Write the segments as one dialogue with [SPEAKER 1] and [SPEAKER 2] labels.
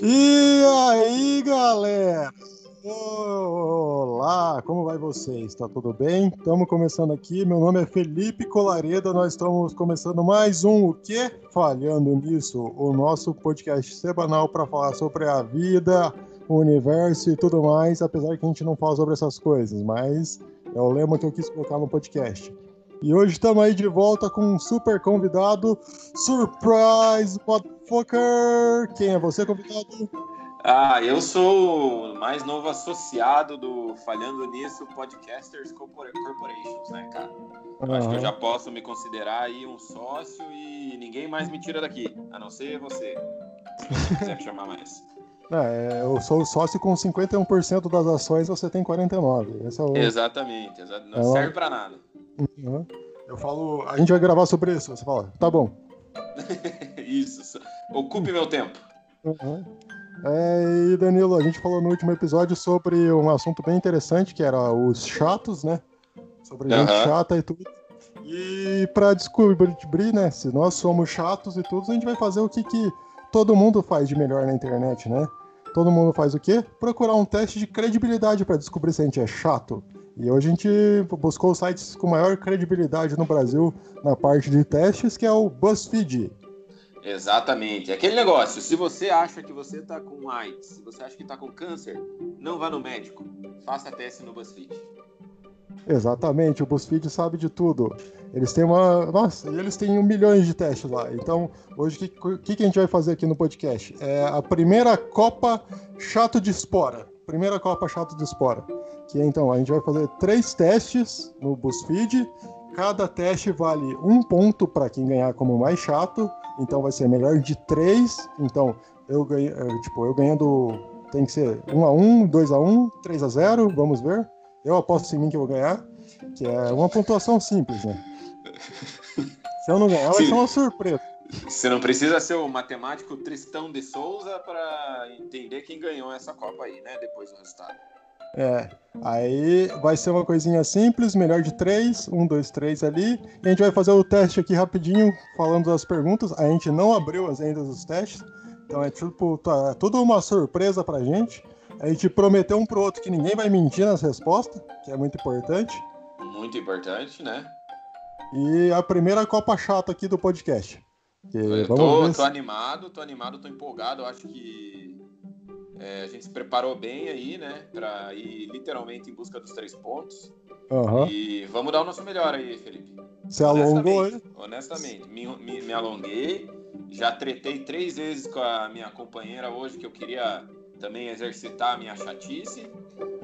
[SPEAKER 1] E aí, galera? Olá, como vai vocês? Tá tudo bem? Estamos começando aqui. Meu nome é Felipe Colareda. Nós estamos começando mais um o quê? Falhando nisso, o nosso podcast semanal para falar sobre a vida, o universo e tudo mais, apesar que a gente não fala sobre essas coisas, mas é o lema que eu quis colocar no podcast. E hoje estamos aí de volta com um super convidado. Surprise, motherfucker! Quem é você, convidado?
[SPEAKER 2] Ah, eu sou o mais novo associado do Falhando Nisso Podcasters Corpor- Corporations, né, cara? Eu acho que eu já posso me considerar aí um sócio e ninguém mais me tira daqui, a não ser você. Se você quiser me chamar mais.
[SPEAKER 1] É, eu sou sócio com 51% das ações, você tem 49%. Esse é o...
[SPEAKER 2] Exatamente, exa- não
[SPEAKER 1] É uma-
[SPEAKER 2] serve pra nada.
[SPEAKER 1] Uhum. Eu falo, a gente vai gravar sobre isso. Você fala, tá bom.
[SPEAKER 2] Isso, só- ocupe meu tempo.
[SPEAKER 1] Uhum. É, e Danilo, a gente falou no último episódio sobre um assunto bem interessante, que era os chatos, né? Sobre gente
[SPEAKER 2] Aham.
[SPEAKER 1] chata e tudo. E pra descobrir, né, se nós somos chatos e tudo, a gente vai fazer o que, que todo mundo faz de melhor na internet, né? Todo mundo faz o quê? Procurar um teste de credibilidade pra descobrir se a gente é chato. E hoje a gente buscou os sites com maior credibilidade no Brasil na parte de testes, que é o BuzzFeed.
[SPEAKER 2] Exatamente. É Aquele negócio, se você acha que você tá com AIDS, se você acha que tá com câncer, não vá no médico. Faça teste no BuzzFeed.
[SPEAKER 1] Exatamente, o BuzzFeed sabe de tudo. Eles têm uma. Nossa, e eles têm milhões de testes lá. Então, hoje, o que, que a gente vai fazer aqui no podcast? É a primeira Copa Chato de Espora. Primeira Copa Chato de Espora. Que então, a gente vai fazer três testes no BuzzFeed. Cada teste vale um ponto para quem ganhar como mais chato. Então, vai ser melhor de três. Então, eu ganho, eh, tipo, eu ganhando. Tem que ser 1 a 1 2 a 1 3 a 0 vamos ver. Eu aposto em mim que eu vou ganhar, que é uma pontuação simples, né? Se eu não ganhar, vai
[SPEAKER 2] Sim.
[SPEAKER 1] ser uma surpresa.
[SPEAKER 2] Você não precisa ser o matemático Tristão de Souza para entender quem ganhou essa Copa aí, né? Depois do resultado.
[SPEAKER 1] É. Aí vai ser uma coisinha simples, melhor de três, um, dois, três ali. E a gente vai fazer o teste aqui rapidinho, falando das perguntas. A gente não abriu as ainda os testes, então é tipo, tá, tudo uma surpresa pra gente. A gente prometeu um pro outro que ninguém vai mentir nas respostas, que é muito importante.
[SPEAKER 2] Muito importante, né?
[SPEAKER 1] E a primeira Copa Chata aqui do podcast. Que
[SPEAKER 2] Eu
[SPEAKER 1] É, vamos ver
[SPEAKER 2] tô,
[SPEAKER 1] se-
[SPEAKER 2] tô animado, tô animado, tô empolgado. Eu acho que é, a gente se preparou bem aí, né? Pra ir literalmente em busca dos três pontos.
[SPEAKER 1] Aham.
[SPEAKER 2] E vamos dar o nosso melhor aí, Felipe.
[SPEAKER 1] Você alongou, hein?
[SPEAKER 2] Honestamente, honestamente, me, me- me alonguei. Já tretei três vezes com a minha companheira hoje, que eu queria também exercitar a minha chatice.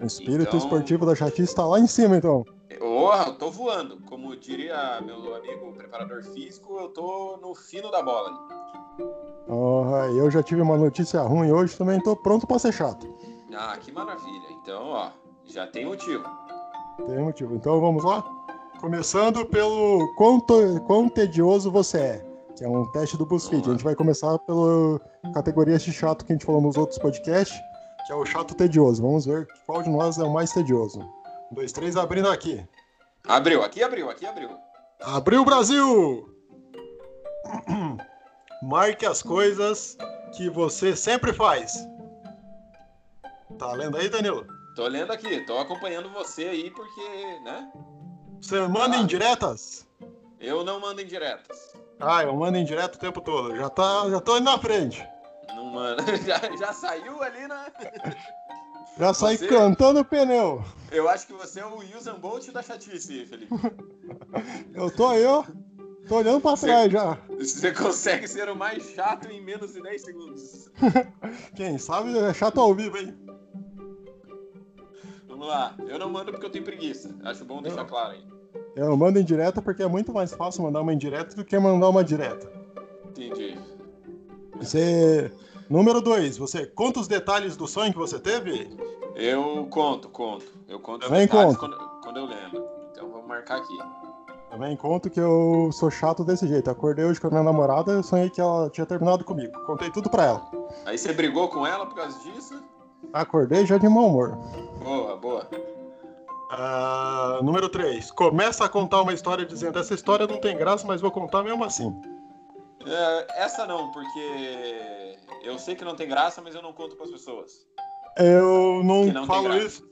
[SPEAKER 1] O espírito
[SPEAKER 2] Então-
[SPEAKER 1] esportivo da chatice está lá em cima, então.
[SPEAKER 2] Porra, eu tô voando. Como diria meu amigo preparador físico, eu tô no fino da bola. ali.
[SPEAKER 1] Ah, eu já tive uma notícia ruim hoje, também tô pronto para ser chato.
[SPEAKER 2] Ah, que maravilha. Então, ó, já tem um motivo.
[SPEAKER 1] Tem motivo. Então vamos lá? Começando pelo quão, to- quão tedioso você é, que é um teste do BuzzFeed.
[SPEAKER 2] Vamos
[SPEAKER 1] A
[SPEAKER 2] lá.
[SPEAKER 1] gente vai começar pela categoria de chato que a gente falou nos outros podcasts, que é o chato tedioso. Vamos ver qual de nós é o mais tedioso. Um, dois, três, abrindo aqui.
[SPEAKER 2] Abriu, aqui abriu, aqui abriu.
[SPEAKER 1] Abriu o Brasil! Marque as coisas que você sempre faz. Tá lendo aí, Danilo?
[SPEAKER 2] Tô lendo aqui, tô acompanhando você aí porque, né?
[SPEAKER 1] Você manda
[SPEAKER 2] Ah.
[SPEAKER 1] indiretas?
[SPEAKER 2] Eu não mando indiretas.
[SPEAKER 1] Ah, eu mando indireto o tempo todo. Já, tá, já tô indo na frente.
[SPEAKER 2] Não mando. Já, já saiu ali, né?
[SPEAKER 1] Já saí
[SPEAKER 2] Você-
[SPEAKER 1] cantando o pneu.
[SPEAKER 2] Eu acho que você é o Usain Bolt da chatice, Felipe.
[SPEAKER 1] Eu tô aí, ó. Tô olhando pra
[SPEAKER 2] Você-
[SPEAKER 1] trás já.
[SPEAKER 2] Você consegue ser o mais chato em menos de 10 segundos.
[SPEAKER 1] Quem sabe é chato ao vivo, hein?
[SPEAKER 2] Vamos lá. Eu não mando porque eu tenho preguiça. Acho bom deixar claro aí.
[SPEAKER 1] Eu mando indireta porque é muito mais fácil mandar uma indireta do que mandar uma direta.
[SPEAKER 2] Entendi.
[SPEAKER 1] Você. Número 2, você conta os detalhes do sonho que você teve?
[SPEAKER 2] Eu conto, conto. Eu conto os
[SPEAKER 1] Também
[SPEAKER 2] detalhes
[SPEAKER 1] conto.
[SPEAKER 2] Quando, quando eu lembro. Então vamos marcar aqui.
[SPEAKER 1] Também conto que eu sou chato desse jeito. Acordei hoje com a minha namorada eu sonhei que ela tinha terminado comigo. Contei tudo pra ela.
[SPEAKER 2] Aí você brigou com ela por causa disso?
[SPEAKER 1] Acordei já de mau humor.
[SPEAKER 2] Boa, boa.
[SPEAKER 1] Ah, número 3. Começa a contar uma história dizendo: Essa história não tem graça, mas vou contar mesmo assim.
[SPEAKER 2] É, essa não, porque eu sei que não tem graça, mas eu não conto para as pessoas.
[SPEAKER 1] Eu não,
[SPEAKER 2] Que não tem
[SPEAKER 1] falo
[SPEAKER 2] graça.
[SPEAKER 1] isso.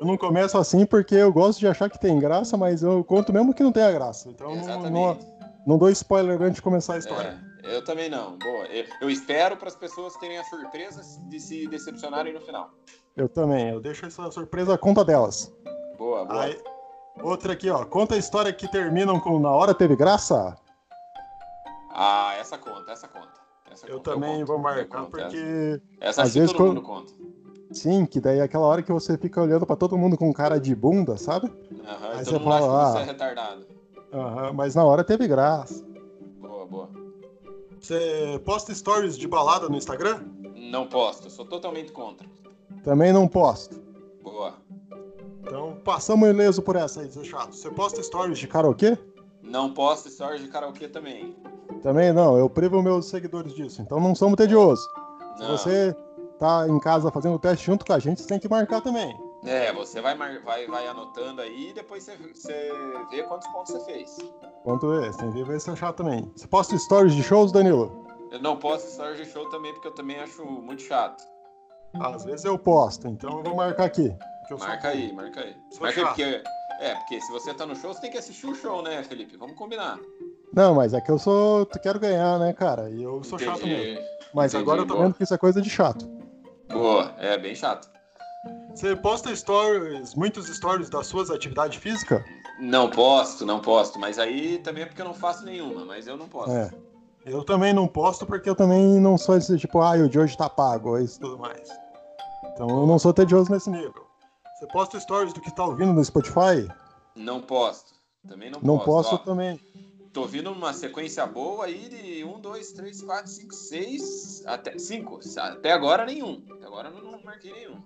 [SPEAKER 1] Eu não começo assim porque eu gosto de achar que tem graça, mas eu conto mesmo que não tenha graça. Então não, não,
[SPEAKER 2] Exatamente.
[SPEAKER 1] não dou spoiler antes de começar a história.
[SPEAKER 2] É, eu também não. Boa. Eu, eu espero para as pessoas terem a surpresa de se decepcionarem no final.
[SPEAKER 1] Eu também, eu deixo essa surpresa à conta delas.
[SPEAKER 2] Boa, boa.
[SPEAKER 1] Aí, outra aqui, ó. Conta a história que terminam com Na hora teve graça?
[SPEAKER 2] Ah, essa conta, essa conta. Essa
[SPEAKER 1] Eu
[SPEAKER 2] conta,
[SPEAKER 1] também
[SPEAKER 2] conto,
[SPEAKER 1] vou
[SPEAKER 2] eu
[SPEAKER 1] marcar
[SPEAKER 2] conto, é.
[SPEAKER 1] porque.
[SPEAKER 2] Essa, essa
[SPEAKER 1] às
[SPEAKER 2] acho que
[SPEAKER 1] vezes
[SPEAKER 2] todo
[SPEAKER 1] quando-
[SPEAKER 2] mundo conta.
[SPEAKER 1] Sim, que daí é aquela hora que você fica olhando pra todo mundo com cara de bunda, sabe?
[SPEAKER 2] Aham,
[SPEAKER 1] Aí
[SPEAKER 2] e
[SPEAKER 1] você
[SPEAKER 2] todo mundo acha
[SPEAKER 1] fala,
[SPEAKER 2] que você
[SPEAKER 1] ah.
[SPEAKER 2] é retardado.
[SPEAKER 1] Aham, mas na hora teve graça.
[SPEAKER 2] Boa, boa.
[SPEAKER 1] Você posta stories de balada no Instagram?
[SPEAKER 2] Não posto, sou totalmente contra.
[SPEAKER 1] Também não posto.
[SPEAKER 2] Boa.
[SPEAKER 1] Então passamos ileso por essa aí, seu chato. Você posta stories de karaokê?
[SPEAKER 2] Não posto stories de karaokê também.
[SPEAKER 1] Também não, eu privo meus seguidores disso, então não somos tediosos. Se
[SPEAKER 2] Não.
[SPEAKER 1] você tá em casa fazendo o teste junto com a gente, você tem que marcar também.
[SPEAKER 2] É, você vai, mar- vai, vai anotando aí e depois você, você vê quantos pontos você fez.
[SPEAKER 1] Ponto esse, é, tem que ver se achar também. Você posta stories de shows, Danilo?
[SPEAKER 2] Eu não posto stories de show também, porque eu também acho muito chato.
[SPEAKER 1] Às vezes eu posto, então eu vou marcar aqui. que eu sou-
[SPEAKER 2] Marca aí, marca aí.
[SPEAKER 1] Sou
[SPEAKER 2] Marca aí,
[SPEAKER 1] chato.
[SPEAKER 2] porque. É, porque se você tá no show, você tem que assistir o show, né, Felipe? Vamos combinar.
[SPEAKER 1] Não, mas é que eu sou. tu Quero ganhar, né, cara? E eu sou chato
[SPEAKER 2] Entendi.
[SPEAKER 1] mesmo. Mas
[SPEAKER 2] Entendi,
[SPEAKER 1] agora eu tô
[SPEAKER 2] boa.
[SPEAKER 1] vendo que isso é coisa de chato.
[SPEAKER 2] Boa, é bem chato.
[SPEAKER 1] Você posta stories, muitos stories das suas atividades físicas?
[SPEAKER 2] Não posto, não posto. Mas aí também é porque eu não faço nenhuma, mas eu não posto.
[SPEAKER 1] É. Eu também não posto porque eu também não sou esse tipo, ah, o de hoje tá pago, isso e tudo mais. Então eu não sou tedioso nesse nível. Você posta stories do que tá ouvindo no Spotify?
[SPEAKER 2] Não posto. Também não,
[SPEAKER 1] Não
[SPEAKER 2] posto.
[SPEAKER 1] posto
[SPEAKER 2] Ó,
[SPEAKER 1] também.
[SPEAKER 2] Tô vindo uma sequência boa aí de 1, 2, 3, 4, 5, 6, até 5. Até agora nenhum. Até agora eu não marquei nenhum.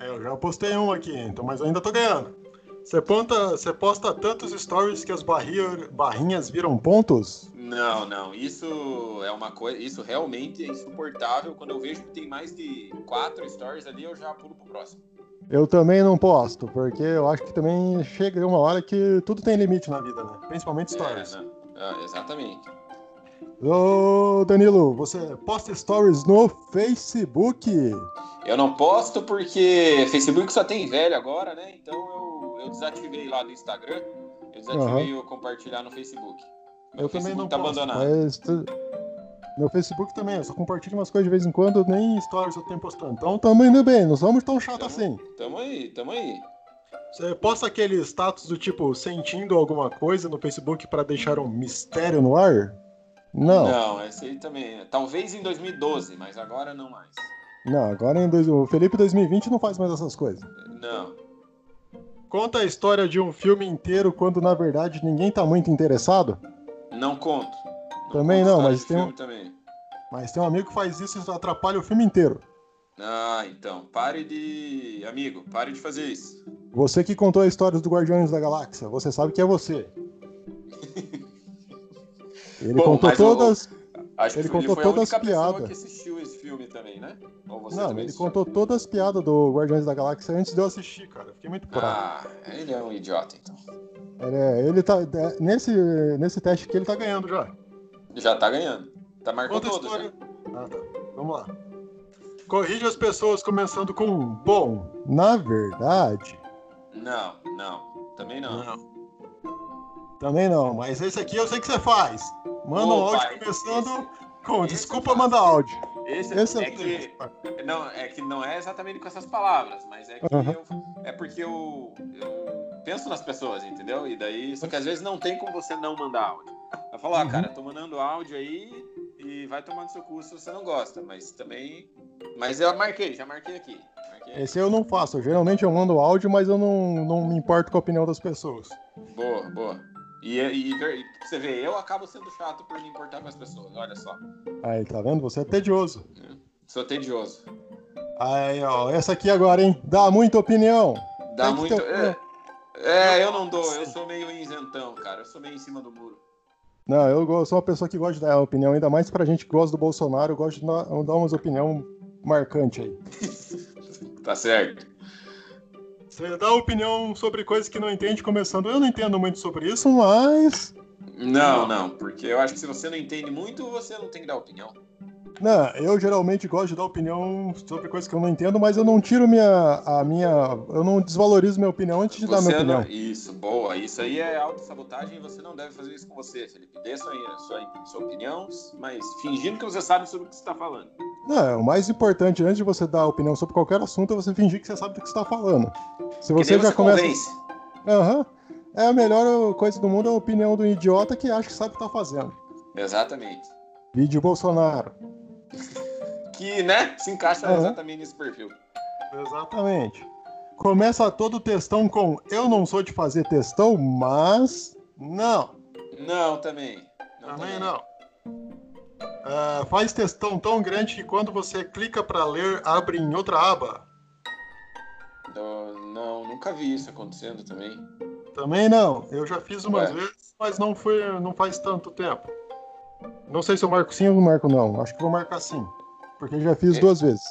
[SPEAKER 1] É, eu já postei um aqui, então, mas ainda tô ganhando. Você, ponta, você posta tantos stories que as barri- barrinhas viram pontos?
[SPEAKER 2] Não, não. Isso é uma coisa. Isso realmente é insuportável. Quando eu vejo que tem mais de quatro stories ali, eu já pulo pro próximo.
[SPEAKER 1] Eu também não posto, porque eu acho que também chega uma hora que tudo tem limite na vida, né? Principalmente stories.
[SPEAKER 2] É, não. Ah, exatamente.
[SPEAKER 1] Ô, Danilo, você posta stories no Facebook?
[SPEAKER 2] Eu não posto porque Facebook só tem velho agora, né? Então eu, eu desativei lá do Instagram. Eu desativei o compartilhar no Facebook. Meu
[SPEAKER 1] Eu também
[SPEAKER 2] Facebook
[SPEAKER 1] não
[SPEAKER 2] tá
[SPEAKER 1] posto,
[SPEAKER 2] abandonado.
[SPEAKER 1] mas tu- Meu Facebook também, eu só compartilho umas coisas de vez em quando, nem stories eu tenho postando. Então tamo indo bem, não somos tão chato assim.
[SPEAKER 2] Tamo aí, tamo aí.
[SPEAKER 1] Você posta aquele status do tipo, sentindo alguma coisa no Facebook pra deixar um mistério no ar? Não, não,
[SPEAKER 2] esse aí também. é. Talvez em 2012, mas agora não mais.
[SPEAKER 1] agora em dois... o Felipe 2020 não faz mais essas coisas.
[SPEAKER 2] Não.
[SPEAKER 1] Conta a história de um filme inteiro quando na verdade ninguém tá muito interessado.
[SPEAKER 2] Não conto.
[SPEAKER 1] Também
[SPEAKER 2] conto
[SPEAKER 1] não,
[SPEAKER 2] história
[SPEAKER 1] mas
[SPEAKER 2] de
[SPEAKER 1] tem um-
[SPEAKER 2] filme também.
[SPEAKER 1] Mas tem um amigo que faz isso e atrapalha o filme inteiro.
[SPEAKER 2] Ah, então. Pare de. Amigo, pare de fazer isso.
[SPEAKER 1] Você que contou a história do Guardiões da Galáxia, você sabe que é você. Ele
[SPEAKER 2] Bom,
[SPEAKER 1] contou
[SPEAKER 2] mas o-
[SPEAKER 1] todas.
[SPEAKER 2] Acho
[SPEAKER 1] Ele
[SPEAKER 2] que ele
[SPEAKER 1] contou
[SPEAKER 2] foi a
[SPEAKER 1] todas
[SPEAKER 2] única
[SPEAKER 1] as
[SPEAKER 2] pessoa
[SPEAKER 1] piadas.
[SPEAKER 2] que assistiu esse filme também, né? Ou você
[SPEAKER 1] Não,
[SPEAKER 2] também
[SPEAKER 1] ele
[SPEAKER 2] assistiu?
[SPEAKER 1] contou todas as piadas do Guardiões da Galáxia antes de eu assistir, cara. Fiquei muito bravo.
[SPEAKER 2] Ah, ele é um idiota, então.
[SPEAKER 1] Ele, é- ele tá. é, Nesse, nesse teste aqui, ele tá ganhando já.
[SPEAKER 2] Já tá ganhando. Tá marcou
[SPEAKER 1] Conta a
[SPEAKER 2] todos,
[SPEAKER 1] história.
[SPEAKER 2] né?
[SPEAKER 1] Ah, tá. Vamos lá. Corrige as pessoas começando com um bom. Na verdade.
[SPEAKER 2] Não, não. Também não.
[SPEAKER 1] Também não, mas esse aqui eu sei que você faz. Manda um
[SPEAKER 2] Opa,
[SPEAKER 1] áudio começando com
[SPEAKER 2] esse
[SPEAKER 1] desculpa
[SPEAKER 2] eu faço.
[SPEAKER 1] mandar áudio. Esse
[SPEAKER 2] Esse, é
[SPEAKER 1] eu sei
[SPEAKER 2] que não, é que não é exatamente com essas palavras, mas é que
[SPEAKER 1] Aham.
[SPEAKER 2] eu, é porque eu, eu penso nas pessoas, entendeu? E daí, só que às vezes não tem como você não mandar áudio. Vai falar,
[SPEAKER 1] Uhum.
[SPEAKER 2] ó, cara, tô mandando áudio aí e vai tomando seu curso se você não gosta, mas também mas eu marquei, já marquei aqui. Marquei.
[SPEAKER 1] Esse eu não faço. Geralmente eu mando áudio, mas eu não, não me importo com a opinião das pessoas.
[SPEAKER 2] Boa, boa. E, e, e você vê, eu acabo sendo chato por me importar com as pessoas, olha só.
[SPEAKER 1] Aí, tá vendo? Você é tedioso.
[SPEAKER 2] Sou tedioso.
[SPEAKER 1] Aí, ó, essa aqui agora, hein? Dá muita opinião.
[SPEAKER 2] Dá
[SPEAKER 1] Tem que
[SPEAKER 2] muito.
[SPEAKER 1] ter
[SPEAKER 2] É,
[SPEAKER 1] opinião.
[SPEAKER 2] é, eu não dou, eu sou meio isentão, cara. Eu sou meio em cima do muro.
[SPEAKER 1] Não, eu go- sou uma pessoa que gosta de dar opinião, ainda mais pra gente que gosta do Bolsonaro, eu gosto de na- dar umas opinião marcante aí.
[SPEAKER 2] Tá certo.
[SPEAKER 1] Você dá opinião sobre coisas que não entende, começando. Eu não entendo muito sobre isso, mas
[SPEAKER 2] Não, não, porque eu acho que se você não entende muito, você não tem que dar opinião.
[SPEAKER 1] Não, né, eu geralmente gosto de dar opinião sobre coisas que eu não entendo, mas eu não tiro minha, a minha. Eu não desvalorizo minha opinião antes de
[SPEAKER 2] Você é
[SPEAKER 1] dar minha
[SPEAKER 2] não-
[SPEAKER 1] opinião.
[SPEAKER 2] Isso, boa. Isso aí é autossabotagem e você não deve fazer isso com você, Felipe. Dê sua, sua, sua opinião, mas fingindo que você sabe sobre o que você está falando.
[SPEAKER 1] Não, é, o mais importante antes de você dar opinião sobre qualquer assunto é você fingir que você sabe do que você está falando. Se
[SPEAKER 2] Que
[SPEAKER 1] você
[SPEAKER 2] nem
[SPEAKER 1] já começa.
[SPEAKER 2] convence.
[SPEAKER 1] Aham. É a melhor coisa do mundo é a opinião do idiota que acha que sabe o que tá fazendo.
[SPEAKER 2] Exatamente.
[SPEAKER 1] Vídeo Bolsonaro.
[SPEAKER 2] Que, né, se encaixa
[SPEAKER 1] Aham.
[SPEAKER 2] exatamente nesse perfil.
[SPEAKER 1] Exatamente. Começa todo o textão com eu não sou de fazer textão, mas não.
[SPEAKER 2] Não, também. Não,
[SPEAKER 1] Também não. Ah, faz textão tão grande que quando você clica para ler, abre em outra aba.
[SPEAKER 2] Do- Então, não, nunca vi isso acontecendo também.
[SPEAKER 1] Também não. Eu já fiz umas
[SPEAKER 2] Ué.
[SPEAKER 1] vezes, mas não foi, não faz tanto tempo. Não sei se eu marco sim ou marco não. Acho que vou marcar sim, porque eu já fiz
[SPEAKER 2] É.
[SPEAKER 1] duas vezes.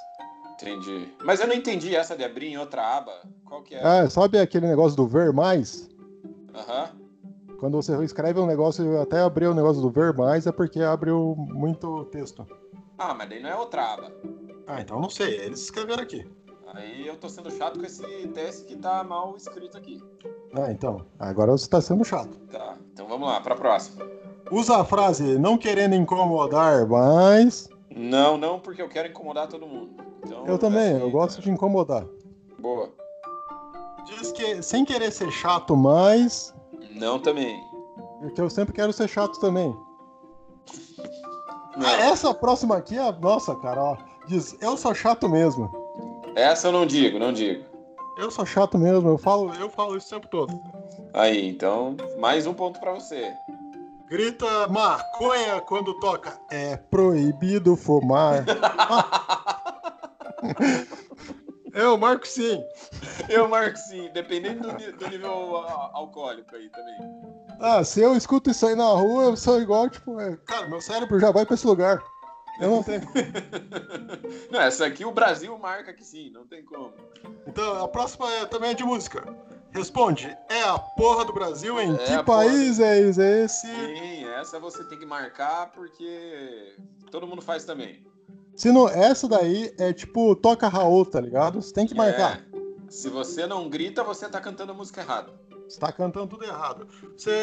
[SPEAKER 2] Entendi. Mas eu não entendi essa de abrir em outra aba. Qual que é?
[SPEAKER 1] Ah, sabe aquele negócio do ver mais?
[SPEAKER 2] Aham.
[SPEAKER 1] Quando você escreve um negócio, até abrir o negócio do ver mais é porque abriu muito texto.
[SPEAKER 2] Ah, mas daí não é outra aba.
[SPEAKER 1] Ah, então não sei. Eles escreveram aqui.
[SPEAKER 2] Aí eu tô sendo chato com esse teste que tá mal escrito aqui.
[SPEAKER 1] Ah, então. Agora você está sendo chato.
[SPEAKER 2] Tá, então vamos lá, pra próxima.
[SPEAKER 1] Usa a frase não querendo incomodar, mas.
[SPEAKER 2] Não, não, porque eu quero incomodar todo mundo. Então,
[SPEAKER 1] Eu também,
[SPEAKER 2] essa aí,
[SPEAKER 1] eu gosto de incomodar.
[SPEAKER 2] Boa.
[SPEAKER 1] Diz que sem querer ser chato, mas.
[SPEAKER 2] Não também.
[SPEAKER 1] Porque Então eu sempre quero ser chato também.
[SPEAKER 2] Não.
[SPEAKER 1] Ah, essa próxima aqui é. Nossa, cara, ó. Diz, eu sou chato mesmo.
[SPEAKER 2] Essa eu não digo, não digo.
[SPEAKER 1] Eu sou chato mesmo, eu falo, eu falo isso o tempo todo.
[SPEAKER 2] Aí, então, mais um ponto pra você.
[SPEAKER 1] Grita maconha quando toca. É proibido fumar. Eu marco sim.
[SPEAKER 2] Eu marco sim, dependendo do, ni- do nível ah, alcoólico aí também.
[SPEAKER 1] Ah, se eu escuto isso aí na rua, eu sou igual, tipo, é, cara, meu cérebro já vai pra esse lugar. Eu não tenho.
[SPEAKER 2] Não, essa aqui o Brasil marca que sim, não tem como.
[SPEAKER 1] Então, a próxima é- também é de música. Responde, é a porra do Brasil? Em
[SPEAKER 2] É a
[SPEAKER 1] que
[SPEAKER 2] porra.
[SPEAKER 1] país é esse- é esse?
[SPEAKER 2] Sim, essa você tem que marcar porque todo mundo faz também.
[SPEAKER 1] Se não, essa daí é tipo, toca Raul, tá ligado? Você tem que marcar.
[SPEAKER 2] É, se você não grita, você tá cantando a música errada.
[SPEAKER 1] Você tá cantando tudo errado. Você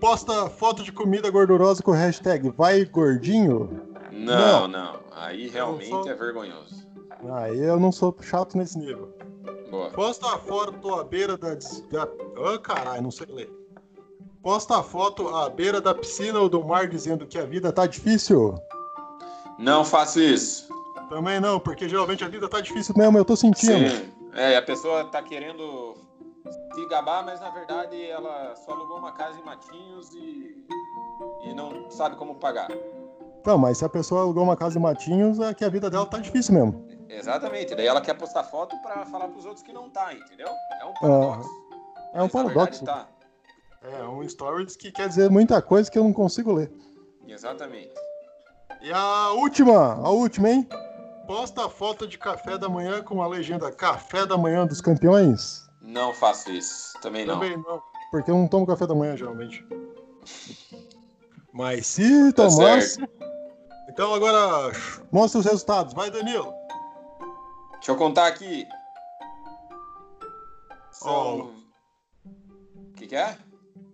[SPEAKER 1] posta foto de comida gordurosa com hashtag vai gordinho?
[SPEAKER 2] Não, não. Aí realmente
[SPEAKER 1] sou-
[SPEAKER 2] é vergonhoso.
[SPEAKER 1] Aí Ah, eu não sou chato nesse nível.
[SPEAKER 2] Boa.
[SPEAKER 1] Posta a foto à beira da. des- da... Ah, caralho, não sei ler. Posta a foto à beira da piscina ou do mar dizendo que a vida tá difícil?
[SPEAKER 2] Não faço isso.
[SPEAKER 1] Também não, porque geralmente a vida tá difícil mesmo, eu tô sentindo.
[SPEAKER 2] Sim. É, a pessoa tá querendo se gabar, mas na verdade ela só alugou uma casa em Matinhos e, e não sabe como pagar.
[SPEAKER 1] Não, mas se a pessoa alugou uma casa em Matinhos, é que a vida dela tá difícil mesmo.
[SPEAKER 2] Exatamente. Daí ela quer postar foto pra falar pros outros que não tá, entendeu? É um paradoxo.
[SPEAKER 1] É um
[SPEAKER 2] Mas, na
[SPEAKER 1] paradoxo.
[SPEAKER 2] verdade, tá.
[SPEAKER 1] É um stories que quer dizer muita coisa que eu não consigo ler.
[SPEAKER 2] Exatamente.
[SPEAKER 1] E a última, a última, hein? Posta a foto de café da manhã com a legenda Café da Manhã dos Campeões.
[SPEAKER 2] Não faço isso. Também não.
[SPEAKER 1] Também não, porque eu não tomo café da manhã geralmente. Mas se
[SPEAKER 2] Tá
[SPEAKER 1] tomasse. Então agora mostra os resultados. Vai, Danilo.
[SPEAKER 2] Deixa eu contar aqui. São. O que, que é?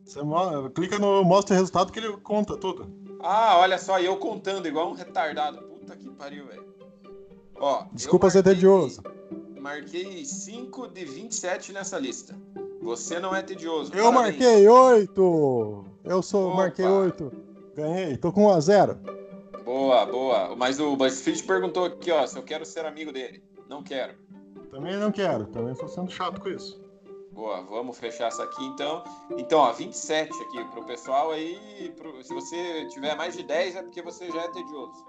[SPEAKER 1] Você mo- clica no mostra o resultado que ele conta tudo.
[SPEAKER 2] Ah, olha só, eu contando igual um retardado. Puta que pariu, velho. Ó,
[SPEAKER 1] Desculpa
[SPEAKER 2] eu
[SPEAKER 1] ser
[SPEAKER 2] marquei-
[SPEAKER 1] tedioso.
[SPEAKER 2] Marquei 5 de 27 nessa lista. Você não é tedioso.
[SPEAKER 1] Eu
[SPEAKER 2] parabéns.
[SPEAKER 1] marquei oito. Eu sou,
[SPEAKER 2] Opa.
[SPEAKER 1] marquei oito. Ganhei, tô com 1 a 0
[SPEAKER 2] Boa, boa. Mas o BuzzFeed perguntou aqui, ó, se eu quero ser amigo dele. Não quero.
[SPEAKER 1] Também não quero, também tô sendo chato com isso.
[SPEAKER 2] Boa, vamos fechar essa aqui então. Então, ó, 27 aqui pro pessoal aí. pro- se você tiver mais de 10 é porque você já é tedioso.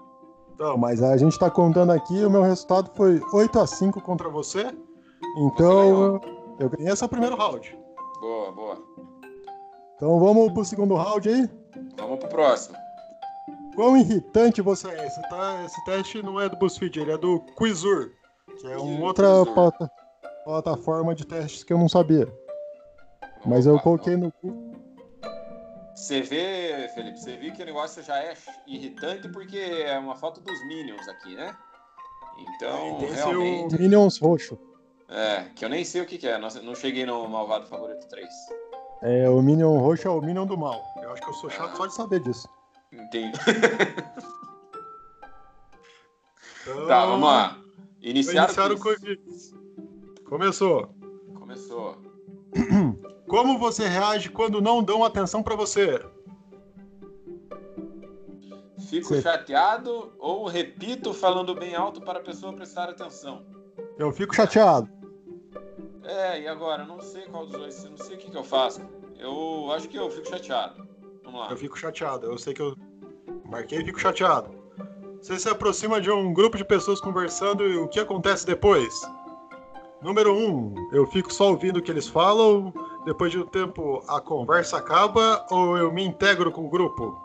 [SPEAKER 1] Não, mas a gente tá contando aqui, o meu resultado foi 8 a 5 contra você. Então, eu ganhei esse é o primeiro round.
[SPEAKER 2] Boa, boa.
[SPEAKER 1] Então vamos pro segundo round aí.
[SPEAKER 2] Vamos pro próximo.
[SPEAKER 1] Quão irritante você é? Esse, tá- esse teste não é do BuzzFeed, ele é do Quizur, que é uma
[SPEAKER 2] Quizur.
[SPEAKER 1] outra plata- plataforma de testes que eu não sabia. Mas eu
[SPEAKER 2] Opa,
[SPEAKER 1] coloquei no.
[SPEAKER 2] Você vê, Felipe, você viu que o negócio já é irritante porque é uma foto dos Minions aqui, né? Então,
[SPEAKER 1] Esse
[SPEAKER 2] realmente.
[SPEAKER 1] é o Minions roxo.
[SPEAKER 2] É, que eu nem sei o que, que é. Nossa, não cheguei no Malvado Favorito 3.
[SPEAKER 1] É, o Minion roxo é o Minion do mal. Eu acho que eu sou chato só de saber disso.
[SPEAKER 2] Entendi.
[SPEAKER 1] Então,
[SPEAKER 2] Tá, vamos lá.
[SPEAKER 1] Ah.
[SPEAKER 2] Iniciaram,
[SPEAKER 1] Iniciaram
[SPEAKER 2] o
[SPEAKER 1] o
[SPEAKER 2] quiz.
[SPEAKER 1] quiz. Começou.
[SPEAKER 2] Começou.
[SPEAKER 1] Como você reage quando não dão atenção pra você?
[SPEAKER 2] Fico
[SPEAKER 1] Sim.
[SPEAKER 2] chateado ou repito falando bem alto para a pessoa prestar atenção.
[SPEAKER 1] Eu fico chateado.
[SPEAKER 2] É, e agora? Eu não sei qual dos dois, eu não sei o que, que eu faço. Eu acho que eu fico chateado. Vamos lá.
[SPEAKER 1] Eu fico chateado. Eu sei que eu marquei e fico chateado. Você se aproxima de um grupo de pessoas conversando e o que acontece depois? Número 1. Um, eu fico só ouvindo o que eles falam. Depois de um tempo, a conversa acaba ou eu me integro com o grupo?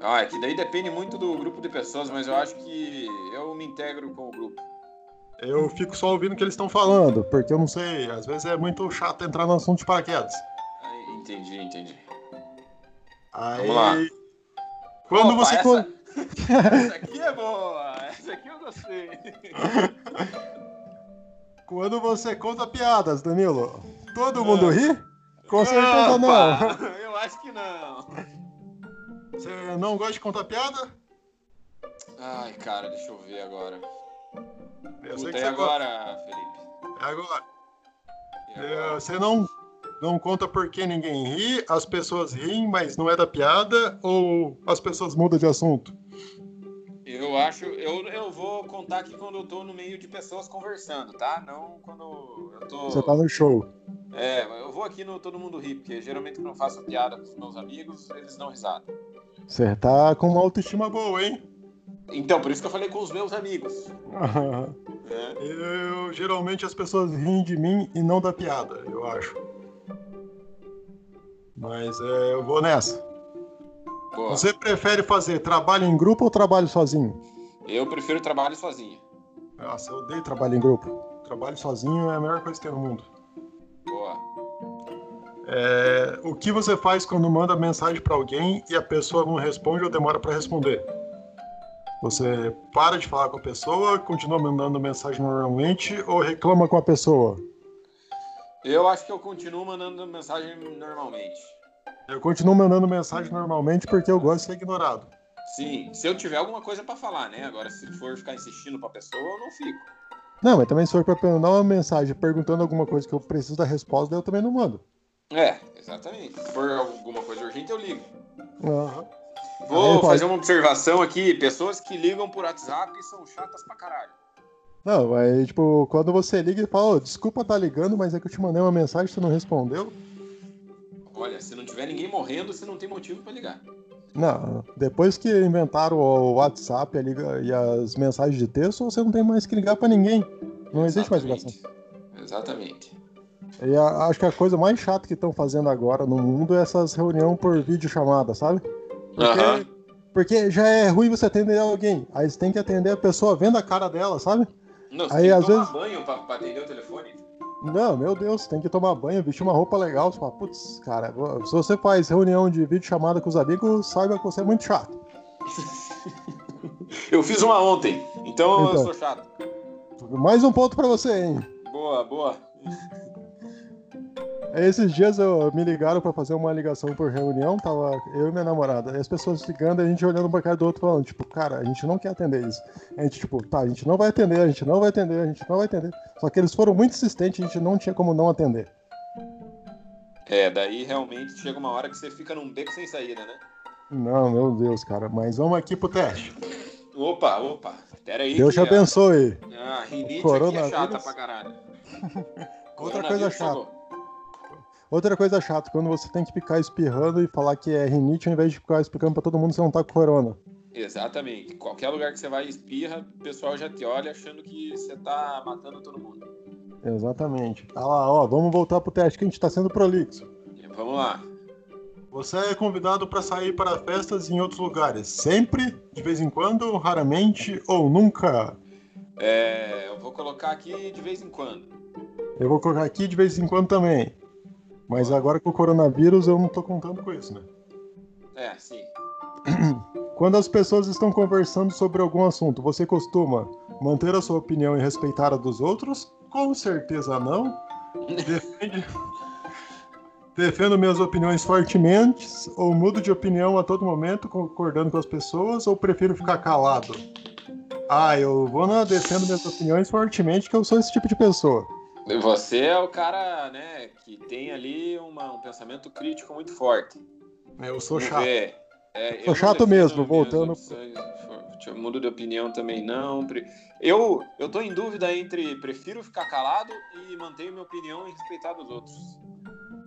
[SPEAKER 2] Ah, é que daí depende muito do grupo de pessoas, mas eu acho que eu me integro com o grupo.
[SPEAKER 1] Eu fico só ouvindo o que eles estão falando, porque eu não sei. Às vezes é muito chato entrar no assunto de paraquedas.
[SPEAKER 2] Ah, Entendi, entendi.
[SPEAKER 1] Aí.
[SPEAKER 2] Vamos lá.
[SPEAKER 1] Quando
[SPEAKER 2] Opa,
[SPEAKER 1] você.
[SPEAKER 2] essa-
[SPEAKER 1] con-
[SPEAKER 2] Essa aqui é boa! Essa aqui eu gostei.
[SPEAKER 1] Quando você conta piadas, Danilo, todo mundo ri? Com certeza não.
[SPEAKER 2] Ah. Opa, Eu acho que não.
[SPEAKER 1] Você não gosta de contar piada?
[SPEAKER 2] Ai, cara, deixa eu ver agora.
[SPEAKER 1] Eu
[SPEAKER 2] Puta, e agora, Felipe?
[SPEAKER 1] gosta. É agora.
[SPEAKER 2] E
[SPEAKER 1] É,
[SPEAKER 2] agora?
[SPEAKER 1] Você não, não conta porque ninguém ri, as pessoas riem, mas não é da piada, ou as pessoas mudam de assunto?
[SPEAKER 2] Eu acho, eu, eu vou contar aqui quando eu tô no meio de pessoas conversando, tá? Não quando eu tô.
[SPEAKER 1] Você tá no show.
[SPEAKER 2] É, eu vou aqui no Todo Mundo Ri, porque geralmente quando eu faço piada com os meus amigos, eles dão risada.
[SPEAKER 1] Você tá com uma autoestima boa, hein?
[SPEAKER 2] Então, por isso que eu falei com os meus amigos. né?
[SPEAKER 1] Eu geralmente as pessoas riem de mim e não da piada, eu acho. Mas é, eu vou nessa.
[SPEAKER 2] Boa.
[SPEAKER 1] Você prefere fazer trabalho em grupo ou trabalho sozinho?
[SPEAKER 2] Eu prefiro trabalho sozinho.
[SPEAKER 1] Nossa, eu odeio trabalho em grupo. Trabalho sozinho é a melhor coisa que tem no mundo.
[SPEAKER 2] Boa.
[SPEAKER 1] É, o que você faz quando manda mensagem pra alguém e a pessoa não responde ou demora pra responder? Você para de falar com a pessoa, continua mandando mensagem normalmente ou reclama com a pessoa?
[SPEAKER 2] Eu acho que eu continuo mandando mensagem normalmente.
[SPEAKER 1] Eu continuo mandando mensagem normalmente porque eu gosto de ser ignorado.
[SPEAKER 2] Sim, se eu tiver alguma coisa pra falar, né? Agora, se for ficar insistindo pra pessoa, eu não fico.
[SPEAKER 1] Não, mas também se for pra mandar uma mensagem perguntando alguma coisa que eu preciso da resposta, eu também não mando.
[SPEAKER 2] É, exatamente. Se for alguma coisa urgente, eu ligo.
[SPEAKER 1] Aham. Aí
[SPEAKER 2] Vou
[SPEAKER 1] pode.
[SPEAKER 2] fazer uma observação aqui. Pessoas que ligam por WhatsApp são chatas pra caralho.
[SPEAKER 1] Não, mas tipo, quando você liga e fala, "Ô, desculpa tá ligando, mas é que eu te mandei uma mensagem, você não respondeu.
[SPEAKER 2] Olha, se não tiver ninguém morrendo, você não tem motivo pra ligar.
[SPEAKER 1] Não, depois que inventaram o WhatsApp a liga- e as mensagens de texto, você não tem mais que ligar pra ninguém. Não existe mais ligação.
[SPEAKER 2] Exatamente. Exatamente.
[SPEAKER 1] E a- acho que a coisa mais chata que estão fazendo agora no mundo é essas reuniões por videochamada, sabe? Porque,
[SPEAKER 2] Aham.
[SPEAKER 1] porque já é ruim você atender alguém. Aí você tem que atender a pessoa vendo a cara dela, sabe?
[SPEAKER 2] Não, você
[SPEAKER 1] Aí,
[SPEAKER 2] tem que
[SPEAKER 1] às
[SPEAKER 2] tomar
[SPEAKER 1] vezes-
[SPEAKER 2] banho pra, pra atender o telefone.
[SPEAKER 1] Não, meu Deus, tem que tomar banho, vestir uma roupa legal. Você fala, putz, cara, se você faz reunião de videochamada com os amigos, saiba que você é muito chato.
[SPEAKER 2] Eu fiz uma ontem, então, eu
[SPEAKER 1] Então.
[SPEAKER 2] sou chato.
[SPEAKER 1] Mais um ponto pra você, hein?
[SPEAKER 2] Boa, boa.
[SPEAKER 1] Aí Esses dias eu, me ligaram pra fazer uma ligação por reunião, tava eu e minha namorada. E as pessoas ligando, a gente olhando um pra cara do outro falando, tipo, cara, a gente não quer atender isso. A gente, tipo, tá, a gente não vai atender, a gente não vai atender, a gente não vai atender. Só que eles foram muito insistentes, a gente não tinha como não atender.
[SPEAKER 2] É, daí realmente chega uma hora que você fica num beco sem saída, né?
[SPEAKER 1] Não, meu Deus, cara, mas vamos aqui pro teste.
[SPEAKER 2] Opa, opa. Pera aí.
[SPEAKER 1] Deus te
[SPEAKER 2] que a-
[SPEAKER 1] abençoe.
[SPEAKER 2] Ah, rinite aqui é
[SPEAKER 1] Coronavírus.
[SPEAKER 2] chata pra caralho.
[SPEAKER 1] Outra
[SPEAKER 2] Coronavírus
[SPEAKER 1] coisa chata.
[SPEAKER 2] chegou.
[SPEAKER 1] Outra coisa chata, quando você tem que ficar espirrando e falar que é rinite, ao invés de ficar explicando pra todo mundo que você não tá com corona.
[SPEAKER 2] Exatamente. Qualquer lugar que você vai e espirra, o pessoal já te olha achando que você tá matando todo mundo.
[SPEAKER 1] Exatamente. Ah lá, ó, vamos voltar pro teste que a gente tá sendo prolixo.
[SPEAKER 2] E Vamos lá.
[SPEAKER 1] Você é convidado para sair para festas em outros lugares, sempre, de vez em quando, raramente ou nunca.
[SPEAKER 2] É, eu vou colocar aqui de vez em quando.
[SPEAKER 1] Eu vou colocar aqui de vez em quando também. Mas agora com o coronavírus eu não tô contando com isso, né?
[SPEAKER 2] É, sim.
[SPEAKER 1] Quando as pessoas estão conversando sobre algum assunto, você costuma manter a sua opinião e respeitar a dos outros? Com certeza não. Defende, defendo minhas opiniões fortemente, ou mudo de opinião a todo momento, concordando com as pessoas, ou prefiro ficar calado? Ah, eu vou na defendo minhas opiniões fortemente, que eu sou esse tipo de pessoa.
[SPEAKER 2] Você é o cara, né, que tem ali uma, um pensamento crítico muito forte.
[SPEAKER 1] Eu sou chato.
[SPEAKER 2] É, é,
[SPEAKER 1] sou chato mesmo, voltando.
[SPEAKER 2] Opções, mudo de opinião também não. Eu, eu tô em dúvida entre prefiro ficar calado e manter minha opinião e respeitar dos outros.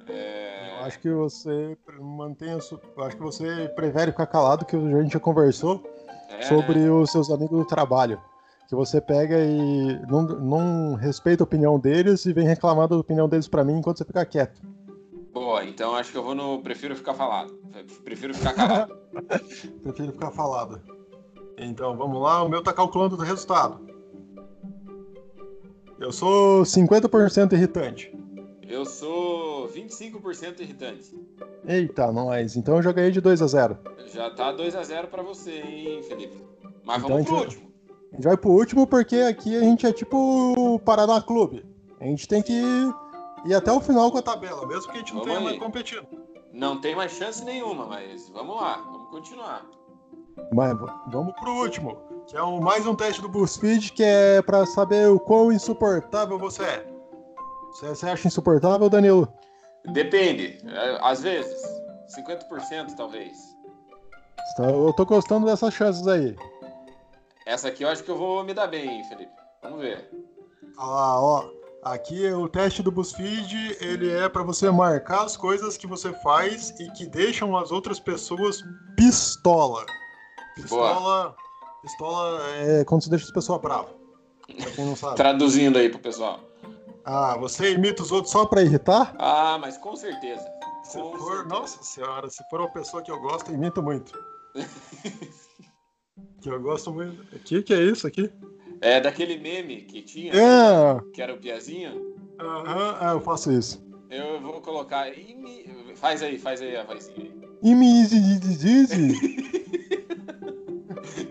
[SPEAKER 1] É... Eu acho que você mantém a sua... Eu acho que você prefere ficar calado, que a gente já conversou é... sobre os seus amigos do trabalho. Que você pega e não, não respeita a opinião deles e vem reclamando da opinião deles para mim enquanto você fica quieto.
[SPEAKER 2] Boa, então acho que eu vou no. Prefiro ficar falado. Prefiro ficar calado.
[SPEAKER 1] prefiro ficar falado. Então vamos lá, o meu tá calculando o resultado. Eu sou 50% irritante.
[SPEAKER 2] Eu sou 25% irritante.
[SPEAKER 1] Eita, nós. Então eu já ganhei de 2 a 0
[SPEAKER 2] Já tá 2 a 0 para você, hein, Felipe? Mas então, vamos pro
[SPEAKER 1] a
[SPEAKER 2] gente... último.
[SPEAKER 1] A gente vai pro último porque aqui a gente é tipo o Paraná Clube. A gente tem que ir até o final com a tabela, mesmo que a gente não vamos tenha mais competido.
[SPEAKER 2] Não tem mais chance nenhuma, mas vamos lá, vamos continuar.
[SPEAKER 1] Mas vamos pro último, que é um, mais um teste do BuzzFeed, que é para saber o quão insuportável você é. Você, você acha insuportável, Danilo?
[SPEAKER 2] Depende, É, às vezes. 50% talvez.
[SPEAKER 1] Então, Eu tô gostando dessas chances aí.
[SPEAKER 2] Essa aqui eu acho que eu vou me dar bem, Felipe. Vamos ver.
[SPEAKER 1] Ah, ó. Aqui é o teste do BuzzFeed, ele é para você marcar as coisas que você faz e que deixam as outras pessoas pistola. Pistola, Boa. pistola é quando você deixa as pessoas bravas. Pra quem não sabe.
[SPEAKER 2] Traduzindo aí pro pessoal.
[SPEAKER 1] Ah, você imita os outros só pra irritar?
[SPEAKER 2] Ah, mas com certeza.
[SPEAKER 1] Se com for, certeza. nossa senhora, se for uma pessoa que eu gosto, imita muito. que eu gosto muito. O que, que é isso aqui?
[SPEAKER 2] É daquele meme que tinha, é. que era o Piazinho.
[SPEAKER 1] Aham, ah, eu faço isso.
[SPEAKER 2] Eu vou colocar. Faz aí, faz aí a vozinha.
[SPEAKER 1] Imi,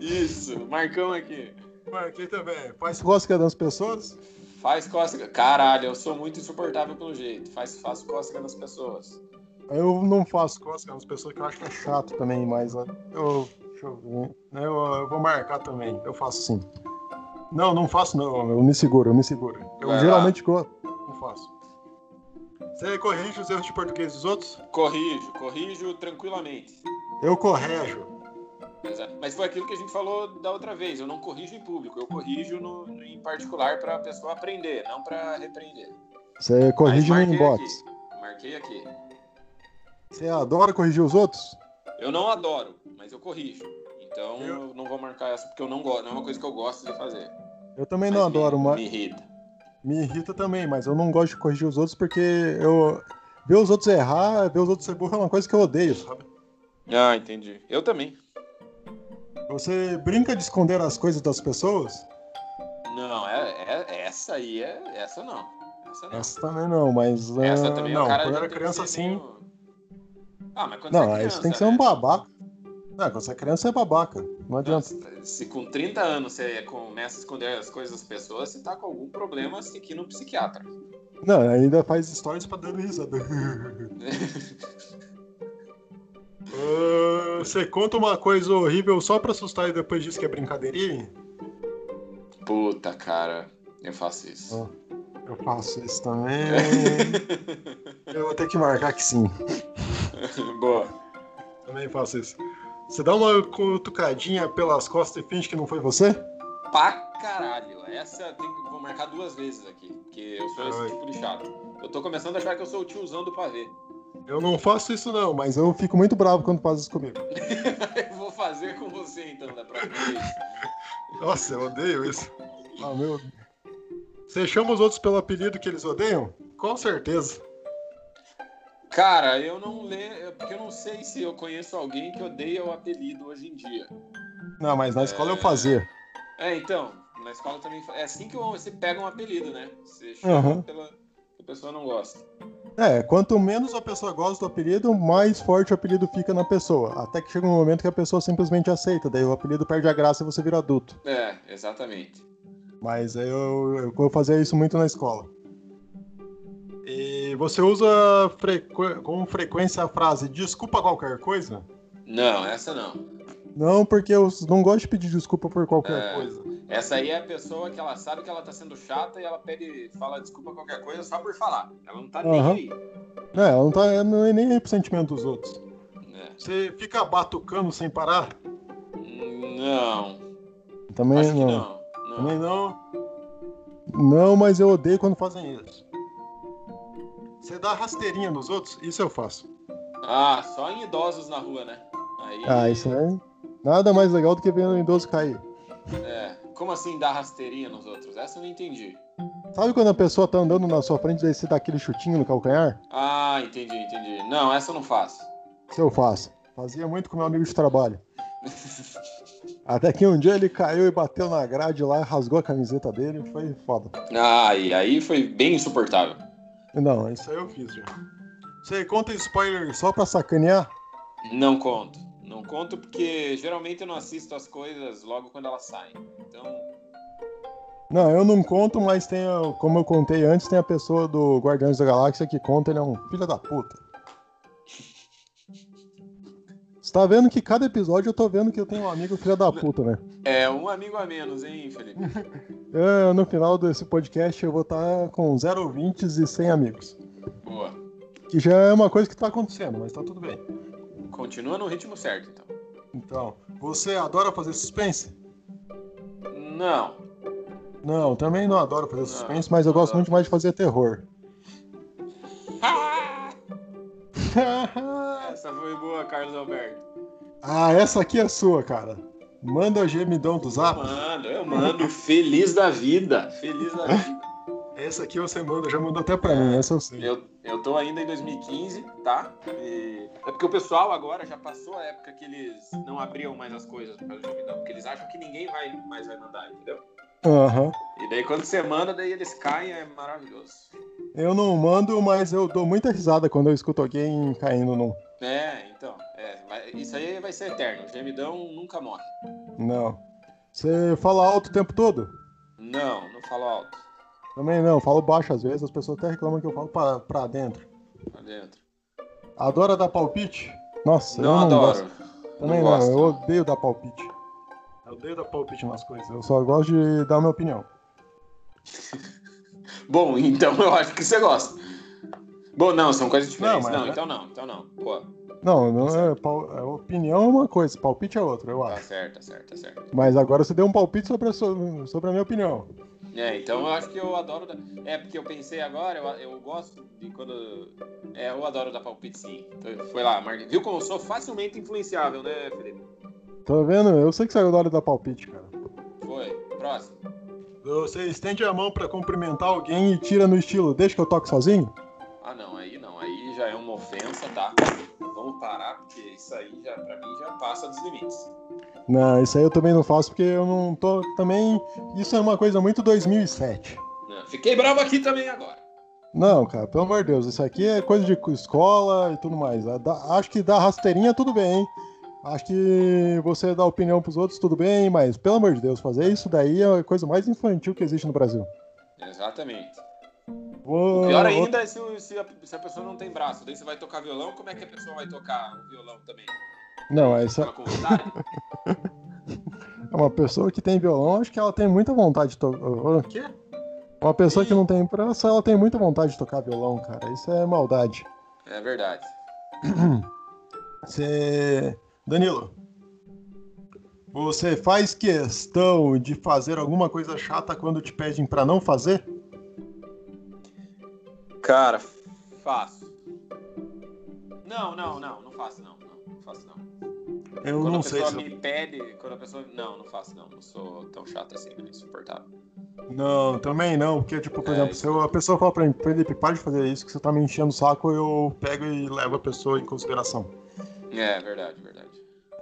[SPEAKER 2] Isso, Marcão aqui.
[SPEAKER 1] Marquei também. Faz cócega nas pessoas?
[SPEAKER 2] Faz cócega. Caralho, eu sou muito insuportável pelo jeito. Faz, faço cócega nas pessoas.
[SPEAKER 1] Eu não faço cócega nas pessoas, que eu acho que é chato também, mas eu, eu, Né, eu, eu vou marcar também. Eu faço sim. Não, não faço, não. Eu me seguro, eu me seguro. Eu
[SPEAKER 2] Vai lá.
[SPEAKER 1] geralmente gosto. Não faço. Você corrige os erros de português dos outros?
[SPEAKER 2] Corrijo, corrijo tranquilamente.
[SPEAKER 1] Eu correjo.
[SPEAKER 2] Exato. Mas foi aquilo que a gente falou da outra vez. Eu não corrijo em público, eu corrijo no, em particular para a pessoa aprender, não para repreender.
[SPEAKER 1] Você corrige no inbox.
[SPEAKER 2] Aqui. Marquei aqui.
[SPEAKER 1] Você adora corrigir os outros?
[SPEAKER 2] Eu não adoro, mas eu corrijo. Então eu... não vou marcar essa porque eu não gosto. Não é uma coisa que eu gosto de fazer.
[SPEAKER 1] Eu também
[SPEAKER 2] mas
[SPEAKER 1] não adoro,
[SPEAKER 2] me,
[SPEAKER 1] mas.
[SPEAKER 2] Me irrita.
[SPEAKER 1] Me irrita também, mas eu não gosto de corrigir os outros porque eu. Ver os outros errar, ver os outros ser burro é uma coisa que eu odeio, sabe?
[SPEAKER 2] Ah, entendi. Eu também.
[SPEAKER 1] Você brinca de esconder as coisas das pessoas?
[SPEAKER 2] Não, é, é essa aí é. Essa não. Essa, não.
[SPEAKER 1] essa também não, mas. é,
[SPEAKER 2] Essa também
[SPEAKER 1] não,
[SPEAKER 2] o cara
[SPEAKER 1] quando
[SPEAKER 2] já
[SPEAKER 1] era
[SPEAKER 2] tem
[SPEAKER 1] criança
[SPEAKER 2] que ser
[SPEAKER 1] assim.
[SPEAKER 2] meio- Ah, mas quando
[SPEAKER 1] Não,
[SPEAKER 2] você é
[SPEAKER 1] aí
[SPEAKER 2] criança,
[SPEAKER 1] você tem que ser
[SPEAKER 2] né?
[SPEAKER 1] um babaca. Não, quando você é criança, você é babaca. Não adianta.
[SPEAKER 2] Nossa, Se com 30 anos você começa a esconder as coisas das pessoas, você tá com algum problema assim, aqui no psiquiatra.
[SPEAKER 1] Não, ainda faz stories pra dar né? risada. Ah, você conta uma coisa horrível só pra assustar e depois diz que é brincadeirinha?
[SPEAKER 2] Puta, cara, eu faço isso.
[SPEAKER 1] Eu faço isso também. Eu vou ter que marcar que sim.
[SPEAKER 2] Boa.
[SPEAKER 1] Também faço isso. Você dá uma cutucadinha pelas costas e finge que não foi você?
[SPEAKER 2] Pra caralho. Essa tem que, vou marcar duas vezes aqui, porque eu sou esse
[SPEAKER 1] Ai.
[SPEAKER 2] tipo de chato. Eu tô começando a achar que eu sou o tiozão do pavê.
[SPEAKER 1] Eu não faço isso não, mas eu fico muito bravo quando faz isso comigo.
[SPEAKER 2] Eu vou fazer com você então da próxima vez.
[SPEAKER 1] Nossa, eu odeio isso. Ah, meu. Você chama os outros pelo apelido que eles odeiam? Com certeza.
[SPEAKER 2] Cara, eu não leio, porque eu não sei se eu conheço alguém que odeia o apelido hoje em dia.
[SPEAKER 1] Não, mas na escola eu fazia.
[SPEAKER 2] É, então, na escola também. fa- É assim que você pega um apelido, né? Você chama
[SPEAKER 1] Aham.
[SPEAKER 2] pela. que a pessoa não gosta.
[SPEAKER 1] É, quanto menos a pessoa gosta do apelido, mais forte o apelido fica na pessoa. Até que chega um momento que a pessoa simplesmente aceita, daí o apelido perde a graça e você vira adulto.
[SPEAKER 2] É, exatamente.
[SPEAKER 1] Mas eu, eu, eu fazia isso muito na escola. E você usa frequ... com frequência a frase desculpa qualquer coisa?
[SPEAKER 2] Não, essa não.
[SPEAKER 1] Não, porque eu não gosto de pedir desculpa por qualquer
[SPEAKER 2] É.
[SPEAKER 1] coisa.
[SPEAKER 2] Essa aí é a pessoa que ela sabe que ela tá sendo chata e ela pede, fala desculpa qualquer coisa só por falar. Ela não tá
[SPEAKER 1] Aham.
[SPEAKER 2] nem aí.
[SPEAKER 1] É, ela não tá não é nem aí pro sentimento dos outros.
[SPEAKER 2] né?
[SPEAKER 1] Você fica batucando sem parar?
[SPEAKER 2] Não,
[SPEAKER 1] Também
[SPEAKER 2] acho que
[SPEAKER 1] não.
[SPEAKER 2] não. Não.
[SPEAKER 1] Também não. Não, mas eu odeio quando fazem isso. Você dá rasteirinha nos outros? Isso eu faço.
[SPEAKER 2] Ah, só em idosos na rua, né? Aí,
[SPEAKER 1] Ah, isso aí. Nada mais legal do que ver um idoso cair.
[SPEAKER 2] é. Como assim dar rasteirinha nos outros? Essa eu não entendi.
[SPEAKER 1] Sabe quando a pessoa tá andando na sua frente e daí você dá aquele chutinho no calcanhar?
[SPEAKER 2] Ah, entendi, entendi. Não, essa eu não faço.
[SPEAKER 1] Isso eu faço. Fazia muito com meu amigo de trabalho. Até que um dia ele caiu e bateu na grade lá, rasgou a camiseta dele, foi foda.
[SPEAKER 2] Ah, e aí foi bem insuportável.
[SPEAKER 1] Não, isso aí eu fiz já. Você conta spoiler só pra sacanear?
[SPEAKER 2] Não conto. Não conto porque geralmente eu não assisto as coisas logo quando elas saem. Então,
[SPEAKER 1] Não, eu não conto, mas tem, a- como eu contei antes, tem a pessoa do Guardiões da Galáxia que conta, ele é um filho da puta. Você tá vendo que cada episódio eu tô vendo que eu tenho um amigo filho da puta, né?
[SPEAKER 2] é um amigo a menos, hein, Felipe?
[SPEAKER 1] Eu, É, no final desse podcast eu vou estar com zero ouvintes e 100 amigos.
[SPEAKER 2] Boa.
[SPEAKER 1] Que já é uma coisa que tá acontecendo, mas tá tudo bem.
[SPEAKER 2] Continua no ritmo certo, então.
[SPEAKER 1] Então, você adora fazer suspense?
[SPEAKER 2] Não.
[SPEAKER 1] Não, também não adoro fazer
[SPEAKER 2] Não,
[SPEAKER 1] suspense, mas eu
[SPEAKER 2] não
[SPEAKER 1] gosto
[SPEAKER 2] adoro.
[SPEAKER 1] muito mais de fazer terror.
[SPEAKER 2] Essa foi boa, Carlos Alberto.
[SPEAKER 1] ah, essa aqui é sua, cara. Manda o gemidão do zap.
[SPEAKER 2] Mano, eu mando feliz da vida. Feliz da vida.
[SPEAKER 1] Essa aqui você manda, já mandou até pra mim, essa eu sei.
[SPEAKER 2] Eu, eu tô ainda em 2015, tá? E é porque o pessoal agora já passou a época que eles não abriam mais as coisas por causa do gemidão, porque eles acham que ninguém vai mais vai mandar, entendeu?
[SPEAKER 1] Aham.
[SPEAKER 2] E daí quando você manda, daí eles caem, é maravilhoso.
[SPEAKER 1] Eu não mando, mas eu dou muita risada quando eu escuto alguém caindo num.
[SPEAKER 2] É, então. É, mas isso aí vai ser eterno. O gemidão nunca morre.
[SPEAKER 1] Não. Você fala alto o tempo todo?
[SPEAKER 2] Não, não falo alto.
[SPEAKER 1] Também não, falo baixo às vezes, as pessoas até reclamam que eu falo pra, pra dentro.
[SPEAKER 2] Lá dentro.
[SPEAKER 1] Adora dar palpite? Nossa, eu
[SPEAKER 2] Não
[SPEAKER 1] não
[SPEAKER 2] adoro.
[SPEAKER 1] gosto. Também
[SPEAKER 2] Não
[SPEAKER 1] não,
[SPEAKER 2] gosto.
[SPEAKER 1] eu odeio dar palpite. Eu odeio dar palpite nas coisas, eu só gosto de dar minha opinião.
[SPEAKER 2] Bom, então eu acho que você gosta. Bom, não, são coisas diferentes.
[SPEAKER 1] Não,
[SPEAKER 2] Não,
[SPEAKER 1] mas- é.
[SPEAKER 2] então não, então não. Pô,
[SPEAKER 1] Não, não é, pau- é opinião é uma coisa, palpite é outra, eu
[SPEAKER 2] tá
[SPEAKER 1] acho.
[SPEAKER 2] certo, tá certo, tá certo.
[SPEAKER 1] Mas agora você deu um palpite sobre a, sua- sobre a minha opinião.
[SPEAKER 2] É, então eu acho que eu adoro. da- É, porque eu pensei agora, eu, eu gosto de quando. É, eu adoro dar palpite sim. Então, Foi lá, Marquinhos. Viu como eu sou facilmente influenciável, né, Felipe?
[SPEAKER 1] Tá vendo? Eu sei que você adora dar palpite, cara.
[SPEAKER 2] Foi. Próximo.
[SPEAKER 1] Você estende a mão pra cumprimentar alguém e tira no estilo, deixa que eu toque sozinho?
[SPEAKER 2] Ah, não, aí não. Aí já é uma ofensa, tá? Vamos parar, porque isso aí, já, pra mim, já passa dos limites.
[SPEAKER 1] Não, isso aí eu também não faço porque eu não tô. Também. Isso é uma coisa muito 2007.
[SPEAKER 2] Não, fiquei bravo aqui também agora.
[SPEAKER 1] Não, cara, pelo amor de Deus, isso aqui é coisa de escola e tudo mais. Ah, dá- Acho que dar rasteirinha tudo bem, hein? Acho que você dá opinião pros outros tudo bem, mas pelo amor de Deus, fazer isso daí é a coisa mais infantil que existe no Brasil.
[SPEAKER 2] Exatamente.
[SPEAKER 1] Vou-
[SPEAKER 2] Pior ainda é se, o- se a, se a pessoa não tem braço. Daí você vai tocar violão, como é que a pessoa vai tocar o violão também?
[SPEAKER 1] Não, essa
[SPEAKER 2] Ela com vontade?
[SPEAKER 1] é uma pessoa que tem violão, acho que ela tem muita vontade de tocar. quê? Uma pessoa que não tem praça, ela tem muita vontade de tocar violão, cara. Isso é maldade.
[SPEAKER 2] É verdade.
[SPEAKER 1] Você. É, Danilo. Você faz questão de fazer alguma coisa chata quando te pedem pra não fazer?
[SPEAKER 2] Cara, faço. Não, não, não, não faço não. Não, não faço não.
[SPEAKER 1] Eu
[SPEAKER 2] quando
[SPEAKER 1] não
[SPEAKER 2] a
[SPEAKER 1] sei
[SPEAKER 2] pessoa
[SPEAKER 1] se.
[SPEAKER 2] me pede, quando a pessoa. Não, não faço não. Não sou tão chato assim, não é insuportável.
[SPEAKER 1] eu- Não, também não. Porque, tipo, por
[SPEAKER 2] É,
[SPEAKER 1] exemplo, se eu- a pessoa fala pra mim, Felipe, para de fazer isso que você tá me enchendo o saco, eu pego e levo a pessoa em consideração.
[SPEAKER 2] É, verdade, verdade.